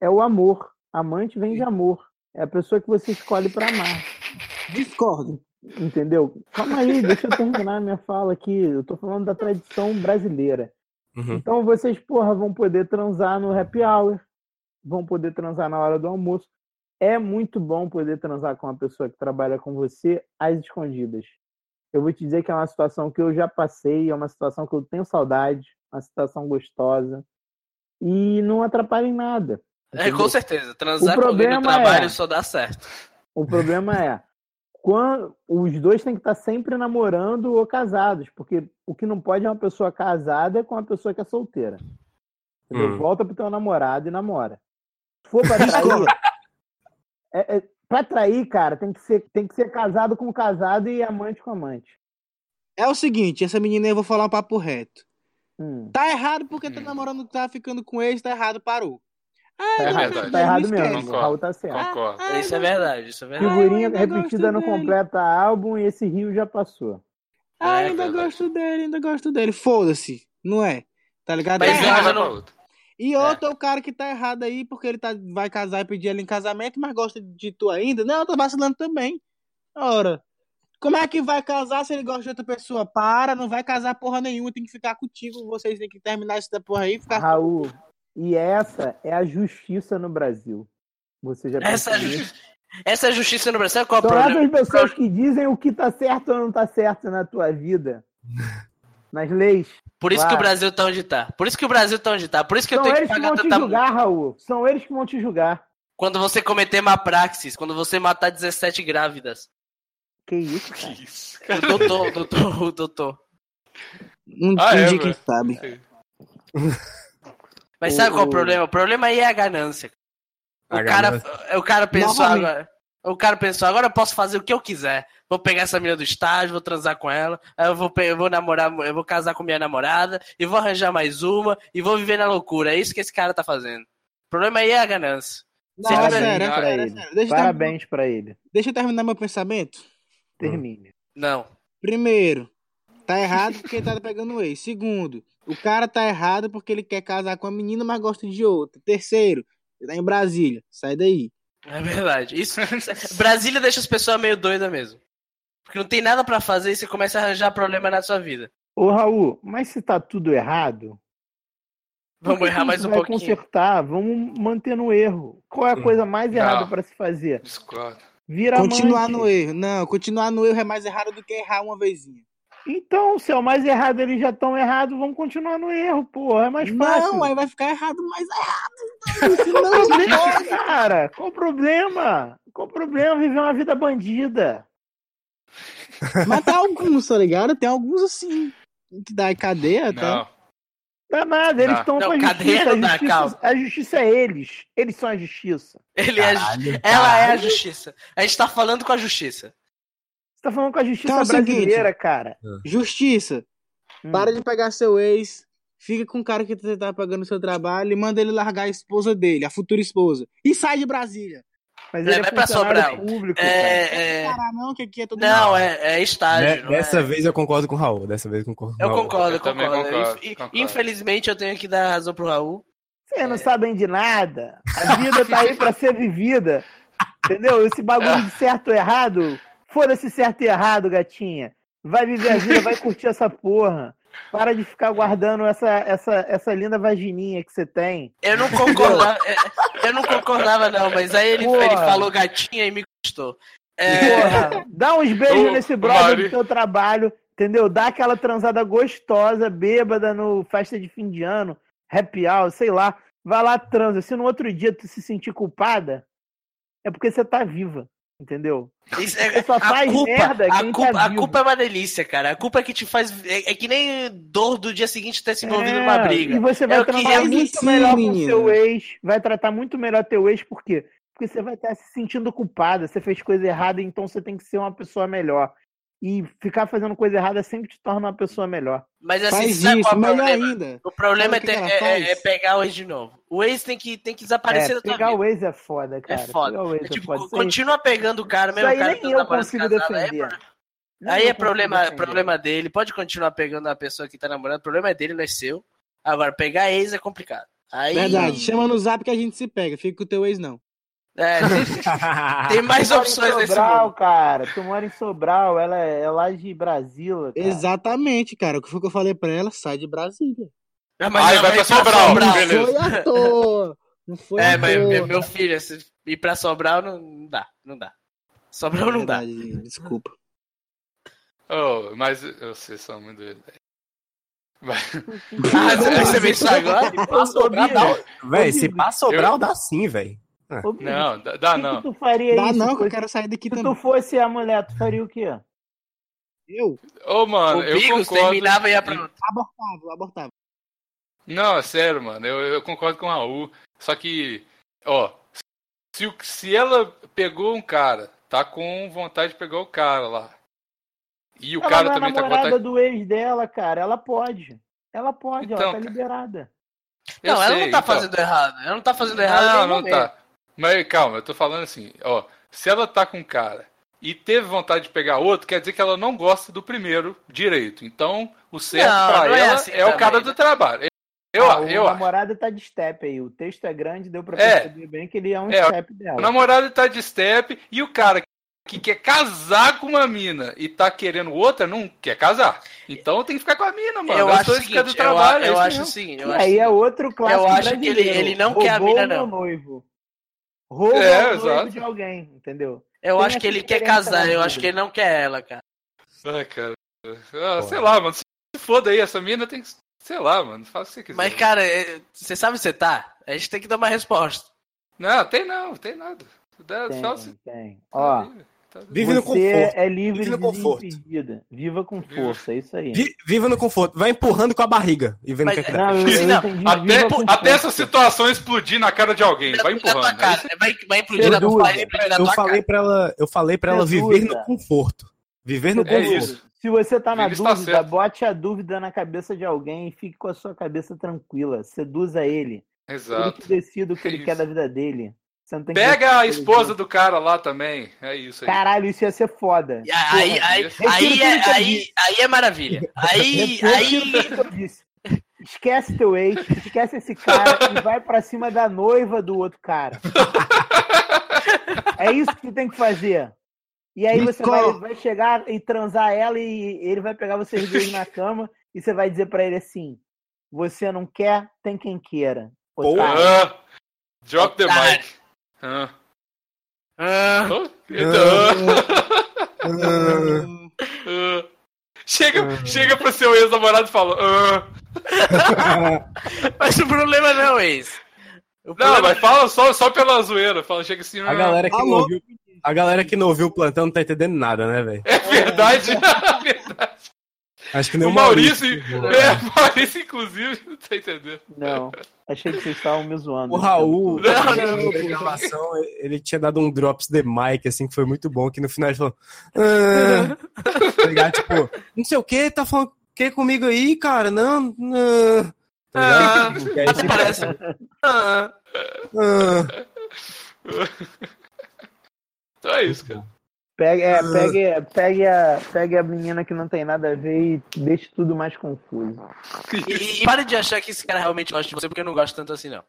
[SPEAKER 4] é o amor. Amante vem de amor. É a pessoa que você escolhe pra amar.
[SPEAKER 3] Discordo.
[SPEAKER 4] Entendeu? Calma aí, deixa eu terminar a minha fala aqui. Eu tô falando da tradição brasileira.
[SPEAKER 5] Uhum.
[SPEAKER 4] Então vocês, porra, vão poder transar no happy hour, vão poder transar na hora do almoço. É muito bom poder transar com uma pessoa que trabalha com você às escondidas. Eu vou te dizer que é uma situação que eu já passei, é uma situação que eu tenho saudade, uma situação gostosa. E não atrapalha em nada.
[SPEAKER 1] É, com
[SPEAKER 4] entendeu?
[SPEAKER 1] certeza. Transar
[SPEAKER 4] O
[SPEAKER 1] com alguém no
[SPEAKER 4] problema
[SPEAKER 1] trabalho
[SPEAKER 4] é-
[SPEAKER 1] só dá certo.
[SPEAKER 4] O problema é, quan- os dois têm que estar sempre namorando ou casados, porque o que não pode é uma pessoa casada com uma pessoa que é solteira. Entendeu?
[SPEAKER 5] Hum.
[SPEAKER 4] Volta pro teu namorado e namora. Se for pra trair,
[SPEAKER 3] Discordo.
[SPEAKER 4] é, é, pra trair, cara, tem que, ser, tem que ser casado com casado e amante com amante.
[SPEAKER 3] É o seguinte, essa menina aí eu vou falar um papo reto.
[SPEAKER 4] Hum,
[SPEAKER 3] Tá errado porque tá
[SPEAKER 2] Hum.
[SPEAKER 3] namorando, tá ficando com ele, tá errado, parou. Ah,
[SPEAKER 4] tá
[SPEAKER 3] eu
[SPEAKER 4] errado,
[SPEAKER 2] verdade.
[SPEAKER 4] tá errado
[SPEAKER 3] esquece.
[SPEAKER 4] mesmo. O Raul tá certo.
[SPEAKER 2] Concordo.
[SPEAKER 3] Ah,
[SPEAKER 1] isso é
[SPEAKER 3] não-
[SPEAKER 1] verdade, isso é verdade.
[SPEAKER 4] Figurinha
[SPEAKER 3] eu ainda gosto
[SPEAKER 4] repetida não
[SPEAKER 3] dele.
[SPEAKER 4] completa álbum e esse rio já passou.
[SPEAKER 3] Ah,
[SPEAKER 1] É,
[SPEAKER 3] ainda
[SPEAKER 2] verdade.
[SPEAKER 3] gosto dele, ainda gosto dele. Foda-se, não é? Tá ligado?
[SPEAKER 1] Mas
[SPEAKER 3] tá
[SPEAKER 1] é,
[SPEAKER 3] errado.
[SPEAKER 1] mas eu não-
[SPEAKER 2] outro.
[SPEAKER 3] E outro é o cara que tá errado aí, porque ele tá, vai casar e pedir ela em casamento, mas gosta de tu ainda. Não, tá vacilando também. Ora, como é que vai casar se ele gosta de outra pessoa? Para, não vai casar porra nenhuma, tem que ficar contigo. Vocês têm que terminar essa porra aí e ficar.
[SPEAKER 4] Raul, e essa é a justiça no Brasil. Você já
[SPEAKER 1] Essa, é a
[SPEAKER 4] percebeu?
[SPEAKER 1] justi- essa é a justiça no Brasil. Sabe Qual é o
[SPEAKER 4] São
[SPEAKER 1] problema?
[SPEAKER 4] essas pessoas que dizem o que tá certo ou não tá certo na tua vida. Nas leis.
[SPEAKER 1] Por isso que
[SPEAKER 4] Vai.
[SPEAKER 1] o Brasil tá onde tá. Por isso que o Brasil tá onde tá. Por isso que eu
[SPEAKER 4] São
[SPEAKER 1] tenho que
[SPEAKER 4] eles que
[SPEAKER 1] pagar
[SPEAKER 4] vão te
[SPEAKER 1] tanta multa.
[SPEAKER 4] julgar, Raul. São eles que vão te julgar.
[SPEAKER 1] Quando você cometer má praxis, quando você matar 17 grávidas.
[SPEAKER 4] Que isso, cara.
[SPEAKER 2] Que isso, cara.
[SPEAKER 1] O doutor, o doutor, o doutor.
[SPEAKER 3] Não
[SPEAKER 2] Ah, é,
[SPEAKER 3] entendi quem
[SPEAKER 2] velho.
[SPEAKER 3] sabe.
[SPEAKER 1] Mas sabe qual é
[SPEAKER 4] O-
[SPEAKER 1] o problema? O problema aí é a ganância. O,
[SPEAKER 5] A
[SPEAKER 1] cara, o cara pensou
[SPEAKER 3] Novamente.
[SPEAKER 1] agora. O cara pensou, agora eu posso fazer o que eu quiser. Vou pegar essa menina do estágio, vou transar com ela, aí eu vou, pe- eu vou namorar, eu vou casar com minha namorada, e vou arranjar mais uma, e vou viver na loucura. É isso que esse cara tá fazendo. O problema aí é a ganância.
[SPEAKER 3] Não,
[SPEAKER 1] Vocês
[SPEAKER 3] é
[SPEAKER 1] também-
[SPEAKER 3] sério, é
[SPEAKER 2] Pra
[SPEAKER 3] sério, é
[SPEAKER 4] ele.
[SPEAKER 3] sério. Deixa eu terminar-
[SPEAKER 4] Parabéns pra ele.
[SPEAKER 3] deixa eu terminar meu pensamento.
[SPEAKER 4] Termine.
[SPEAKER 1] Não.
[SPEAKER 3] Primeiro, tá errado porque ele tá pegando o ex. Segundo, o cara tá errado porque ele quer casar com a menina, mas gosta de outra. Terceiro, ele tá em Brasília. Sai daí.
[SPEAKER 1] É verdade. Isso. Brasília deixa as pessoas meio doidas mesmo. Porque não tem nada pra fazer e você começa a arranjar problema na sua vida.
[SPEAKER 4] Ô, Raul, mas se tá tudo errado, por
[SPEAKER 1] Vamos
[SPEAKER 4] que que a
[SPEAKER 1] errar
[SPEAKER 4] gente
[SPEAKER 1] mais um
[SPEAKER 4] vai
[SPEAKER 1] pouquinho.
[SPEAKER 4] consertar, vamos manter no erro. Qual é a
[SPEAKER 5] Hum.
[SPEAKER 4] coisa mais errada
[SPEAKER 2] Não.
[SPEAKER 4] pra se fazer?
[SPEAKER 2] Discordo.
[SPEAKER 4] Vira
[SPEAKER 3] Continuar
[SPEAKER 4] amante.
[SPEAKER 3] no erro. Não, continuar no erro é mais errado do que errar uma vezinha.
[SPEAKER 4] Então, se é o mais errado, eles já estão errados, vamos continuar no erro, porra. É mais fácil.
[SPEAKER 3] Não, aí vai ficar errado mais errado.
[SPEAKER 4] Não, não, cara. Qual o problema? Qual o problema viver uma vida bandida?
[SPEAKER 3] Mas tem alguns, tá ligado? Tem alguns assim. Que dá cadeia, tá?
[SPEAKER 2] Não.
[SPEAKER 4] Dá nada, eles
[SPEAKER 2] Não.
[SPEAKER 4] estão
[SPEAKER 1] Não,
[SPEAKER 4] com a
[SPEAKER 1] cadeia
[SPEAKER 4] justiça. A
[SPEAKER 1] não dá,
[SPEAKER 4] justiça,
[SPEAKER 1] calma.
[SPEAKER 4] a justiça é eles. Eles são a justiça.
[SPEAKER 1] Ele é a ju- Ela é a justiça. A gente tá falando com a justiça.
[SPEAKER 4] Você tá falando com a justiça
[SPEAKER 3] Então é o seguinte.
[SPEAKER 4] brasileira, cara.
[SPEAKER 3] Justiça.
[SPEAKER 4] Hum.
[SPEAKER 3] Para de pegar seu ex. Fica com o cara que você tá pagando seu trabalho e manda ele largar a esposa dele, a futura esposa. E sai de Brasília.
[SPEAKER 4] Mas
[SPEAKER 1] É,
[SPEAKER 4] ele é,
[SPEAKER 1] vai pra
[SPEAKER 4] funcionário
[SPEAKER 1] Sobral.
[SPEAKER 4] público, cara.
[SPEAKER 1] É, é...
[SPEAKER 3] Parar não, que aqui é todo
[SPEAKER 1] Não, é, é estágio.
[SPEAKER 5] De-
[SPEAKER 1] não é-
[SPEAKER 5] Né, dessa vez eu concordo com o Raul. Dessa vez eu concordo com o
[SPEAKER 1] Eu
[SPEAKER 5] Raul.
[SPEAKER 1] concordo,
[SPEAKER 2] Eu também
[SPEAKER 1] concordo.
[SPEAKER 2] concordo,
[SPEAKER 1] Inf-
[SPEAKER 2] concordo.
[SPEAKER 1] Infelizmente eu tenho que dar razão pro Raul.
[SPEAKER 4] Vocês
[SPEAKER 2] É.
[SPEAKER 4] não sabem de nada. A vida tá aí pra ser vivida. Entendeu? Esse bagulho de certo ou errado. Foda-se certo e errado, gatinha. Vai viver a vida, vai curtir essa porra. Para de ficar guardando essa, essa, essa linda vagininha que você tem.
[SPEAKER 1] Eu não concordava, é, eu não concordava não, mas aí ele,
[SPEAKER 4] Porra.
[SPEAKER 1] ele falou gatinha e me custou. É,
[SPEAKER 4] Porra, dá uns beijos
[SPEAKER 2] Ô,
[SPEAKER 4] nesse brother
[SPEAKER 2] Mari.
[SPEAKER 4] do teu trabalho, entendeu? Dá aquela transada gostosa, bêbada no festa de fim de ano, happy hour, sei lá. Vai lá, transa. Se no outro dia tu se sentir culpada, é porque você tá viva, entendeu?
[SPEAKER 1] isso é-
[SPEAKER 4] Você só
[SPEAKER 1] a
[SPEAKER 4] faz
[SPEAKER 1] culpa,
[SPEAKER 4] merda
[SPEAKER 1] a
[SPEAKER 4] quem tá
[SPEAKER 1] culpa, a
[SPEAKER 4] vivo.
[SPEAKER 1] culpa é uma delícia, cara. A culpa é que te faz é, é que nem dor do dia seguinte ter se envolvido
[SPEAKER 4] É,
[SPEAKER 1] numa
[SPEAKER 4] E
[SPEAKER 1] briga.
[SPEAKER 4] você vai
[SPEAKER 1] É o que-
[SPEAKER 4] tratar
[SPEAKER 1] é o que
[SPEAKER 4] muito
[SPEAKER 3] sim,
[SPEAKER 4] melhor com
[SPEAKER 3] menino.
[SPEAKER 4] seu ex, vai tratar muito melhor teu ex, por quê? Porque você vai estar se sentindo culpada, você fez coisa errada, então você tem que ser uma pessoa melhor. E ficar fazendo coisa errada sempre te torna uma pessoa melhor.
[SPEAKER 1] Mas assim,
[SPEAKER 3] Faz
[SPEAKER 1] sabe qual é
[SPEAKER 3] isso,
[SPEAKER 1] o
[SPEAKER 3] melhor
[SPEAKER 1] problema?
[SPEAKER 3] ainda.
[SPEAKER 1] O problema
[SPEAKER 3] Sabe
[SPEAKER 1] é,
[SPEAKER 3] o que
[SPEAKER 1] ter-
[SPEAKER 3] que ela
[SPEAKER 1] é-
[SPEAKER 3] faz?
[SPEAKER 1] é- é pegar o ex de novo. O ex tem que, tem que desaparecer
[SPEAKER 4] É,
[SPEAKER 1] da tua
[SPEAKER 4] pegar
[SPEAKER 1] vida.
[SPEAKER 4] o ex é foda, cara.
[SPEAKER 1] É foda.
[SPEAKER 4] Pegar o ex
[SPEAKER 1] É,
[SPEAKER 4] é
[SPEAKER 1] tipo,
[SPEAKER 4] foda. Isso aí-
[SPEAKER 1] continua pegando o cara,
[SPEAKER 4] isso
[SPEAKER 1] mesmo o
[SPEAKER 4] aí
[SPEAKER 1] cara
[SPEAKER 4] nem eu
[SPEAKER 1] namorando
[SPEAKER 4] consigo
[SPEAKER 1] casado, aí é
[SPEAKER 4] defender. Nem
[SPEAKER 1] Aí é
[SPEAKER 4] eu consigo
[SPEAKER 1] problema,
[SPEAKER 4] defender.
[SPEAKER 1] problema dele. Pode continuar pegando a pessoa que tá namorando. O problema é dele, não é seu. Agora, pegar ex é complicado. Aí,
[SPEAKER 3] Verdade. Chama no zap que a gente se pega. Fica com o teu ex, não.
[SPEAKER 1] É, tem- tem mais
[SPEAKER 4] Tu mora em
[SPEAKER 1] opções nesse
[SPEAKER 4] Sobral,
[SPEAKER 1] mundo.
[SPEAKER 4] cara. Tu mora em Sobral, ela é, é lá de Brasília. cara.
[SPEAKER 3] Exatamente, cara. O que foi que eu falei pra ela? Sai de Brasília.
[SPEAKER 1] Ah,
[SPEAKER 2] Aí
[SPEAKER 1] não,
[SPEAKER 2] vai pra Sobral, beleza.
[SPEAKER 3] Foi à toa. Não foi
[SPEAKER 1] É,
[SPEAKER 3] à
[SPEAKER 1] mas
[SPEAKER 3] toa.
[SPEAKER 1] meu, meu filho, se ir pra Sobral não- não dá. Não dá. Sobral não dá.
[SPEAKER 3] Verdade, Desculpa.
[SPEAKER 2] Oh, mas eu- vocês são muito. Mas-
[SPEAKER 1] Ah, você percebeu isso agora?
[SPEAKER 5] Sobral dá- um- Véi, se
[SPEAKER 4] Horrível.
[SPEAKER 5] pá Sobral, dá sim, véi.
[SPEAKER 4] Ô, Bibi,
[SPEAKER 2] Não, dá, dá
[SPEAKER 4] que
[SPEAKER 2] não.
[SPEAKER 4] Que tu faria
[SPEAKER 3] Dá
[SPEAKER 4] isso?
[SPEAKER 3] não, que eu
[SPEAKER 4] coisa?
[SPEAKER 3] quero sair daqui
[SPEAKER 4] Se tu
[SPEAKER 3] também.
[SPEAKER 4] fosse a mulher, tu faria o quê?
[SPEAKER 3] Eu
[SPEAKER 2] Ô, mano,
[SPEAKER 1] O
[SPEAKER 2] eu
[SPEAKER 1] Bigos
[SPEAKER 2] concordo.
[SPEAKER 1] terminava e ia pra outra.
[SPEAKER 3] abortava, abortava.
[SPEAKER 2] Não, é sério, mano. Eu, eu concordo com o Raul. Só que, ó, se, o- se ela pegou um cara, tá com vontade de pegar o cara lá. E o
[SPEAKER 4] ela
[SPEAKER 2] cara
[SPEAKER 4] não é
[SPEAKER 2] também tá com
[SPEAKER 4] namorada
[SPEAKER 2] vontade.
[SPEAKER 4] do ex dela, cara. Ela pode. Ela pode, ela
[SPEAKER 2] Então,
[SPEAKER 4] tá
[SPEAKER 2] cara.
[SPEAKER 4] liberada.
[SPEAKER 2] Eu
[SPEAKER 1] Não, ela
[SPEAKER 2] sei,
[SPEAKER 1] não tá
[SPEAKER 2] então.
[SPEAKER 1] fazendo errado. Ela não tá fazendo errado.
[SPEAKER 2] Não,
[SPEAKER 1] em
[SPEAKER 2] não
[SPEAKER 1] nenhum momento.
[SPEAKER 2] tá. Mas calma, eu tô falando assim, ó. Se ela tá com um cara e teve vontade de pegar outro, quer dizer que ela não gosta do primeiro direito. Então, o certo
[SPEAKER 1] Não,
[SPEAKER 2] pra
[SPEAKER 1] não é
[SPEAKER 2] ela é,
[SPEAKER 1] assim
[SPEAKER 2] o
[SPEAKER 1] também,
[SPEAKER 2] cara
[SPEAKER 1] né?
[SPEAKER 2] do trabalho. Eu,
[SPEAKER 4] Ah, o
[SPEAKER 2] eu acho.
[SPEAKER 4] namorado tá de step aí. O texto é grande, deu pra
[SPEAKER 2] É.
[SPEAKER 4] perceber bem que ele é um
[SPEAKER 2] É,
[SPEAKER 4] step dela.
[SPEAKER 2] O namorado tá de step e o cara que quer casar com uma mina e tá querendo outra, não quer casar. Então tem que ficar com a mina, mano.
[SPEAKER 1] Eu
[SPEAKER 2] As
[SPEAKER 1] acho o
[SPEAKER 2] duas ficam
[SPEAKER 1] seguinte,
[SPEAKER 2] do
[SPEAKER 1] eu,
[SPEAKER 2] trabalho,
[SPEAKER 1] a- eu
[SPEAKER 2] é isso
[SPEAKER 1] acho o
[SPEAKER 2] mesmo.
[SPEAKER 1] seguinte.
[SPEAKER 4] E
[SPEAKER 1] Eu acho
[SPEAKER 4] aí é outro clássico
[SPEAKER 1] eu acho que ele-
[SPEAKER 4] brasileiro.
[SPEAKER 1] ele não quer a
[SPEAKER 4] Roubou
[SPEAKER 1] mina,
[SPEAKER 4] o meu
[SPEAKER 1] não.
[SPEAKER 4] noivo. Rouba
[SPEAKER 2] É,
[SPEAKER 4] o noivo
[SPEAKER 2] exato.
[SPEAKER 4] de alguém, entendeu?
[SPEAKER 1] Eu
[SPEAKER 4] Tem
[SPEAKER 1] acho que
[SPEAKER 4] essa né?
[SPEAKER 1] ele quer
[SPEAKER 4] diferença
[SPEAKER 1] casar,
[SPEAKER 4] na
[SPEAKER 1] eu
[SPEAKER 4] vida.
[SPEAKER 1] acho que ele não quer ela, cara.
[SPEAKER 2] Ah, cara. Ah, sei lá, mano. Se foda aí, essa mina tem que. Sei lá, mano. Faz o que você quiser.
[SPEAKER 1] Mas, cara, é- você sabe onde você tá? A gente tem que dar uma resposta.
[SPEAKER 2] Não, tem não, tem nada. Dá-
[SPEAKER 4] Tem,
[SPEAKER 2] É só se-
[SPEAKER 4] tem. Ó,
[SPEAKER 2] Tá-
[SPEAKER 5] Vive no
[SPEAKER 4] você
[SPEAKER 5] conforto.
[SPEAKER 4] é livre
[SPEAKER 5] Vive
[SPEAKER 4] e
[SPEAKER 5] no conforto.
[SPEAKER 4] desimpedida. Viva com
[SPEAKER 2] Viva.
[SPEAKER 4] força, é isso aí.
[SPEAKER 5] Vi- viva no conforto. Vai empurrando com a barriga e vendo o
[SPEAKER 1] Mas-
[SPEAKER 5] que, é que dá.
[SPEAKER 4] Não, eu, eu
[SPEAKER 1] Não,
[SPEAKER 4] entendi.
[SPEAKER 2] Até,
[SPEAKER 4] viva com
[SPEAKER 2] até
[SPEAKER 4] força.
[SPEAKER 2] essa situação explodir na cara de alguém. Vai
[SPEAKER 1] Na tua
[SPEAKER 2] empurrando. né?
[SPEAKER 1] cara, Vai, vai implodir na tua
[SPEAKER 4] Perdoa.
[SPEAKER 1] cara, explodir na
[SPEAKER 5] Eu
[SPEAKER 1] tua
[SPEAKER 5] falei
[SPEAKER 1] cara.
[SPEAKER 5] pra ela, eu falei para ela
[SPEAKER 4] Perdoa,
[SPEAKER 5] viver no
[SPEAKER 4] cara.
[SPEAKER 5] conforto. Viver no
[SPEAKER 4] É
[SPEAKER 5] conforto.
[SPEAKER 2] isso.
[SPEAKER 4] Se você tá na
[SPEAKER 2] Ele está
[SPEAKER 4] dúvida,
[SPEAKER 2] certo.
[SPEAKER 4] bote a dúvida na cabeça de alguém e fique com a sua cabeça tranquila. Seduza ele. Ele
[SPEAKER 2] Exato.
[SPEAKER 4] que decide o que
[SPEAKER 2] É
[SPEAKER 4] ele
[SPEAKER 2] isso.
[SPEAKER 4] quer da vida dele. Você não tem que
[SPEAKER 2] Pega
[SPEAKER 4] decidir
[SPEAKER 2] a
[SPEAKER 4] pelo
[SPEAKER 2] esposa
[SPEAKER 4] jeito.
[SPEAKER 2] do cara lá também. É isso aí.
[SPEAKER 4] Caralho, isso ia ser foda.
[SPEAKER 1] E Aí, aí, aí,
[SPEAKER 2] Porra,
[SPEAKER 1] aí,
[SPEAKER 4] Retiro tudo
[SPEAKER 1] é,
[SPEAKER 4] que eu
[SPEAKER 1] aí, aí é maravilha. Aí,
[SPEAKER 4] Eu tiro
[SPEAKER 1] aí,
[SPEAKER 4] tudo que eu disse. Esquece teu ex, esquece esse cara e vai pra cima da noiva do outro cara. É isso que você tem que fazer. E aí você vai,
[SPEAKER 3] Nicole.
[SPEAKER 4] vai chegar e transar ela e ele vai pegar vocês dois na cama e você vai dizer pra ele assim: você não quer, tem quem queira. Otário.
[SPEAKER 2] Ah, drop the
[SPEAKER 1] Otário.
[SPEAKER 2] mic. Ah.
[SPEAKER 1] Ah,
[SPEAKER 2] Oh, então,
[SPEAKER 1] É
[SPEAKER 2] ah. Chega, chega pro seu ex-namorado e fala. ah.
[SPEAKER 1] mas o problema não é esse. O
[SPEAKER 2] Não,
[SPEAKER 1] problema é
[SPEAKER 2] mas fala só, só pela zoeira. Fala, chega assim.
[SPEAKER 5] A
[SPEAKER 2] ah.
[SPEAKER 5] galera que não
[SPEAKER 3] Alô?
[SPEAKER 5] ouviu. A galera que não ouviu o plantão não tá entendendo nada, né, velho?
[SPEAKER 2] É verdade. é verdade.
[SPEAKER 5] Acho que nem
[SPEAKER 2] O
[SPEAKER 5] o
[SPEAKER 2] Maurício.
[SPEAKER 5] Maurício.
[SPEAKER 2] É, o Maurício, inclusive, não tá entendendo.
[SPEAKER 4] Não, achei que vocês estavam me zoando.
[SPEAKER 5] O Raul,
[SPEAKER 2] Não, não,
[SPEAKER 5] na gravação, ele tinha dado um drops the mic, assim, que foi muito bom, que no final ele falou. "Ah", tá ligado? Tipo, não sei o que, tá falando o que comigo aí, cara? Não. não. Tá ligado? E aí,
[SPEAKER 1] Até
[SPEAKER 5] tipo,
[SPEAKER 1] parece. Ah,
[SPEAKER 5] "Ah".
[SPEAKER 2] Então é isso, cara.
[SPEAKER 4] Pegue, é, pegue, pegue, a, pegue a menina que não tem nada a ver e deixe tudo mais confuso.
[SPEAKER 1] e, e pare de achar que esse cara realmente gosta de você, porque eu não gosto tanto assim, não.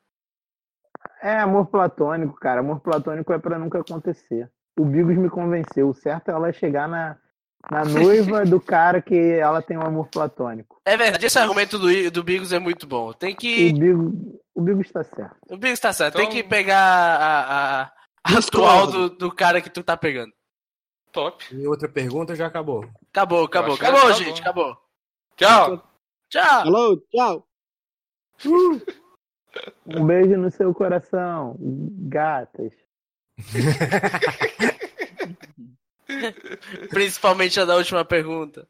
[SPEAKER 4] É amor platônico, cara. Amor platônico é pra nunca acontecer. O Bigos me convenceu. O certo é ela chegar na, na noiva do cara que ela tem um amor platônico.
[SPEAKER 1] É verdade, esse argumento do, I- do Bigos é muito bom. Tem
[SPEAKER 4] O
[SPEAKER 1] que.
[SPEAKER 4] Bigos, o Bigos tá certo.
[SPEAKER 1] O Bigos tá certo, tem
[SPEAKER 2] Então-
[SPEAKER 1] que pegar a, a, a atual do, do cara que tu tá pegando.
[SPEAKER 2] Top.
[SPEAKER 5] E outra pergunta já acabou.
[SPEAKER 1] Acabou, acabou,
[SPEAKER 2] acho que
[SPEAKER 1] acabou,
[SPEAKER 2] acabou.
[SPEAKER 1] gente, acabou.
[SPEAKER 2] Tchau.
[SPEAKER 1] Tchau!
[SPEAKER 3] Alô, tchau.
[SPEAKER 4] Um beijo no seu coração, gatas.
[SPEAKER 1] Principalmente a da última pergunta.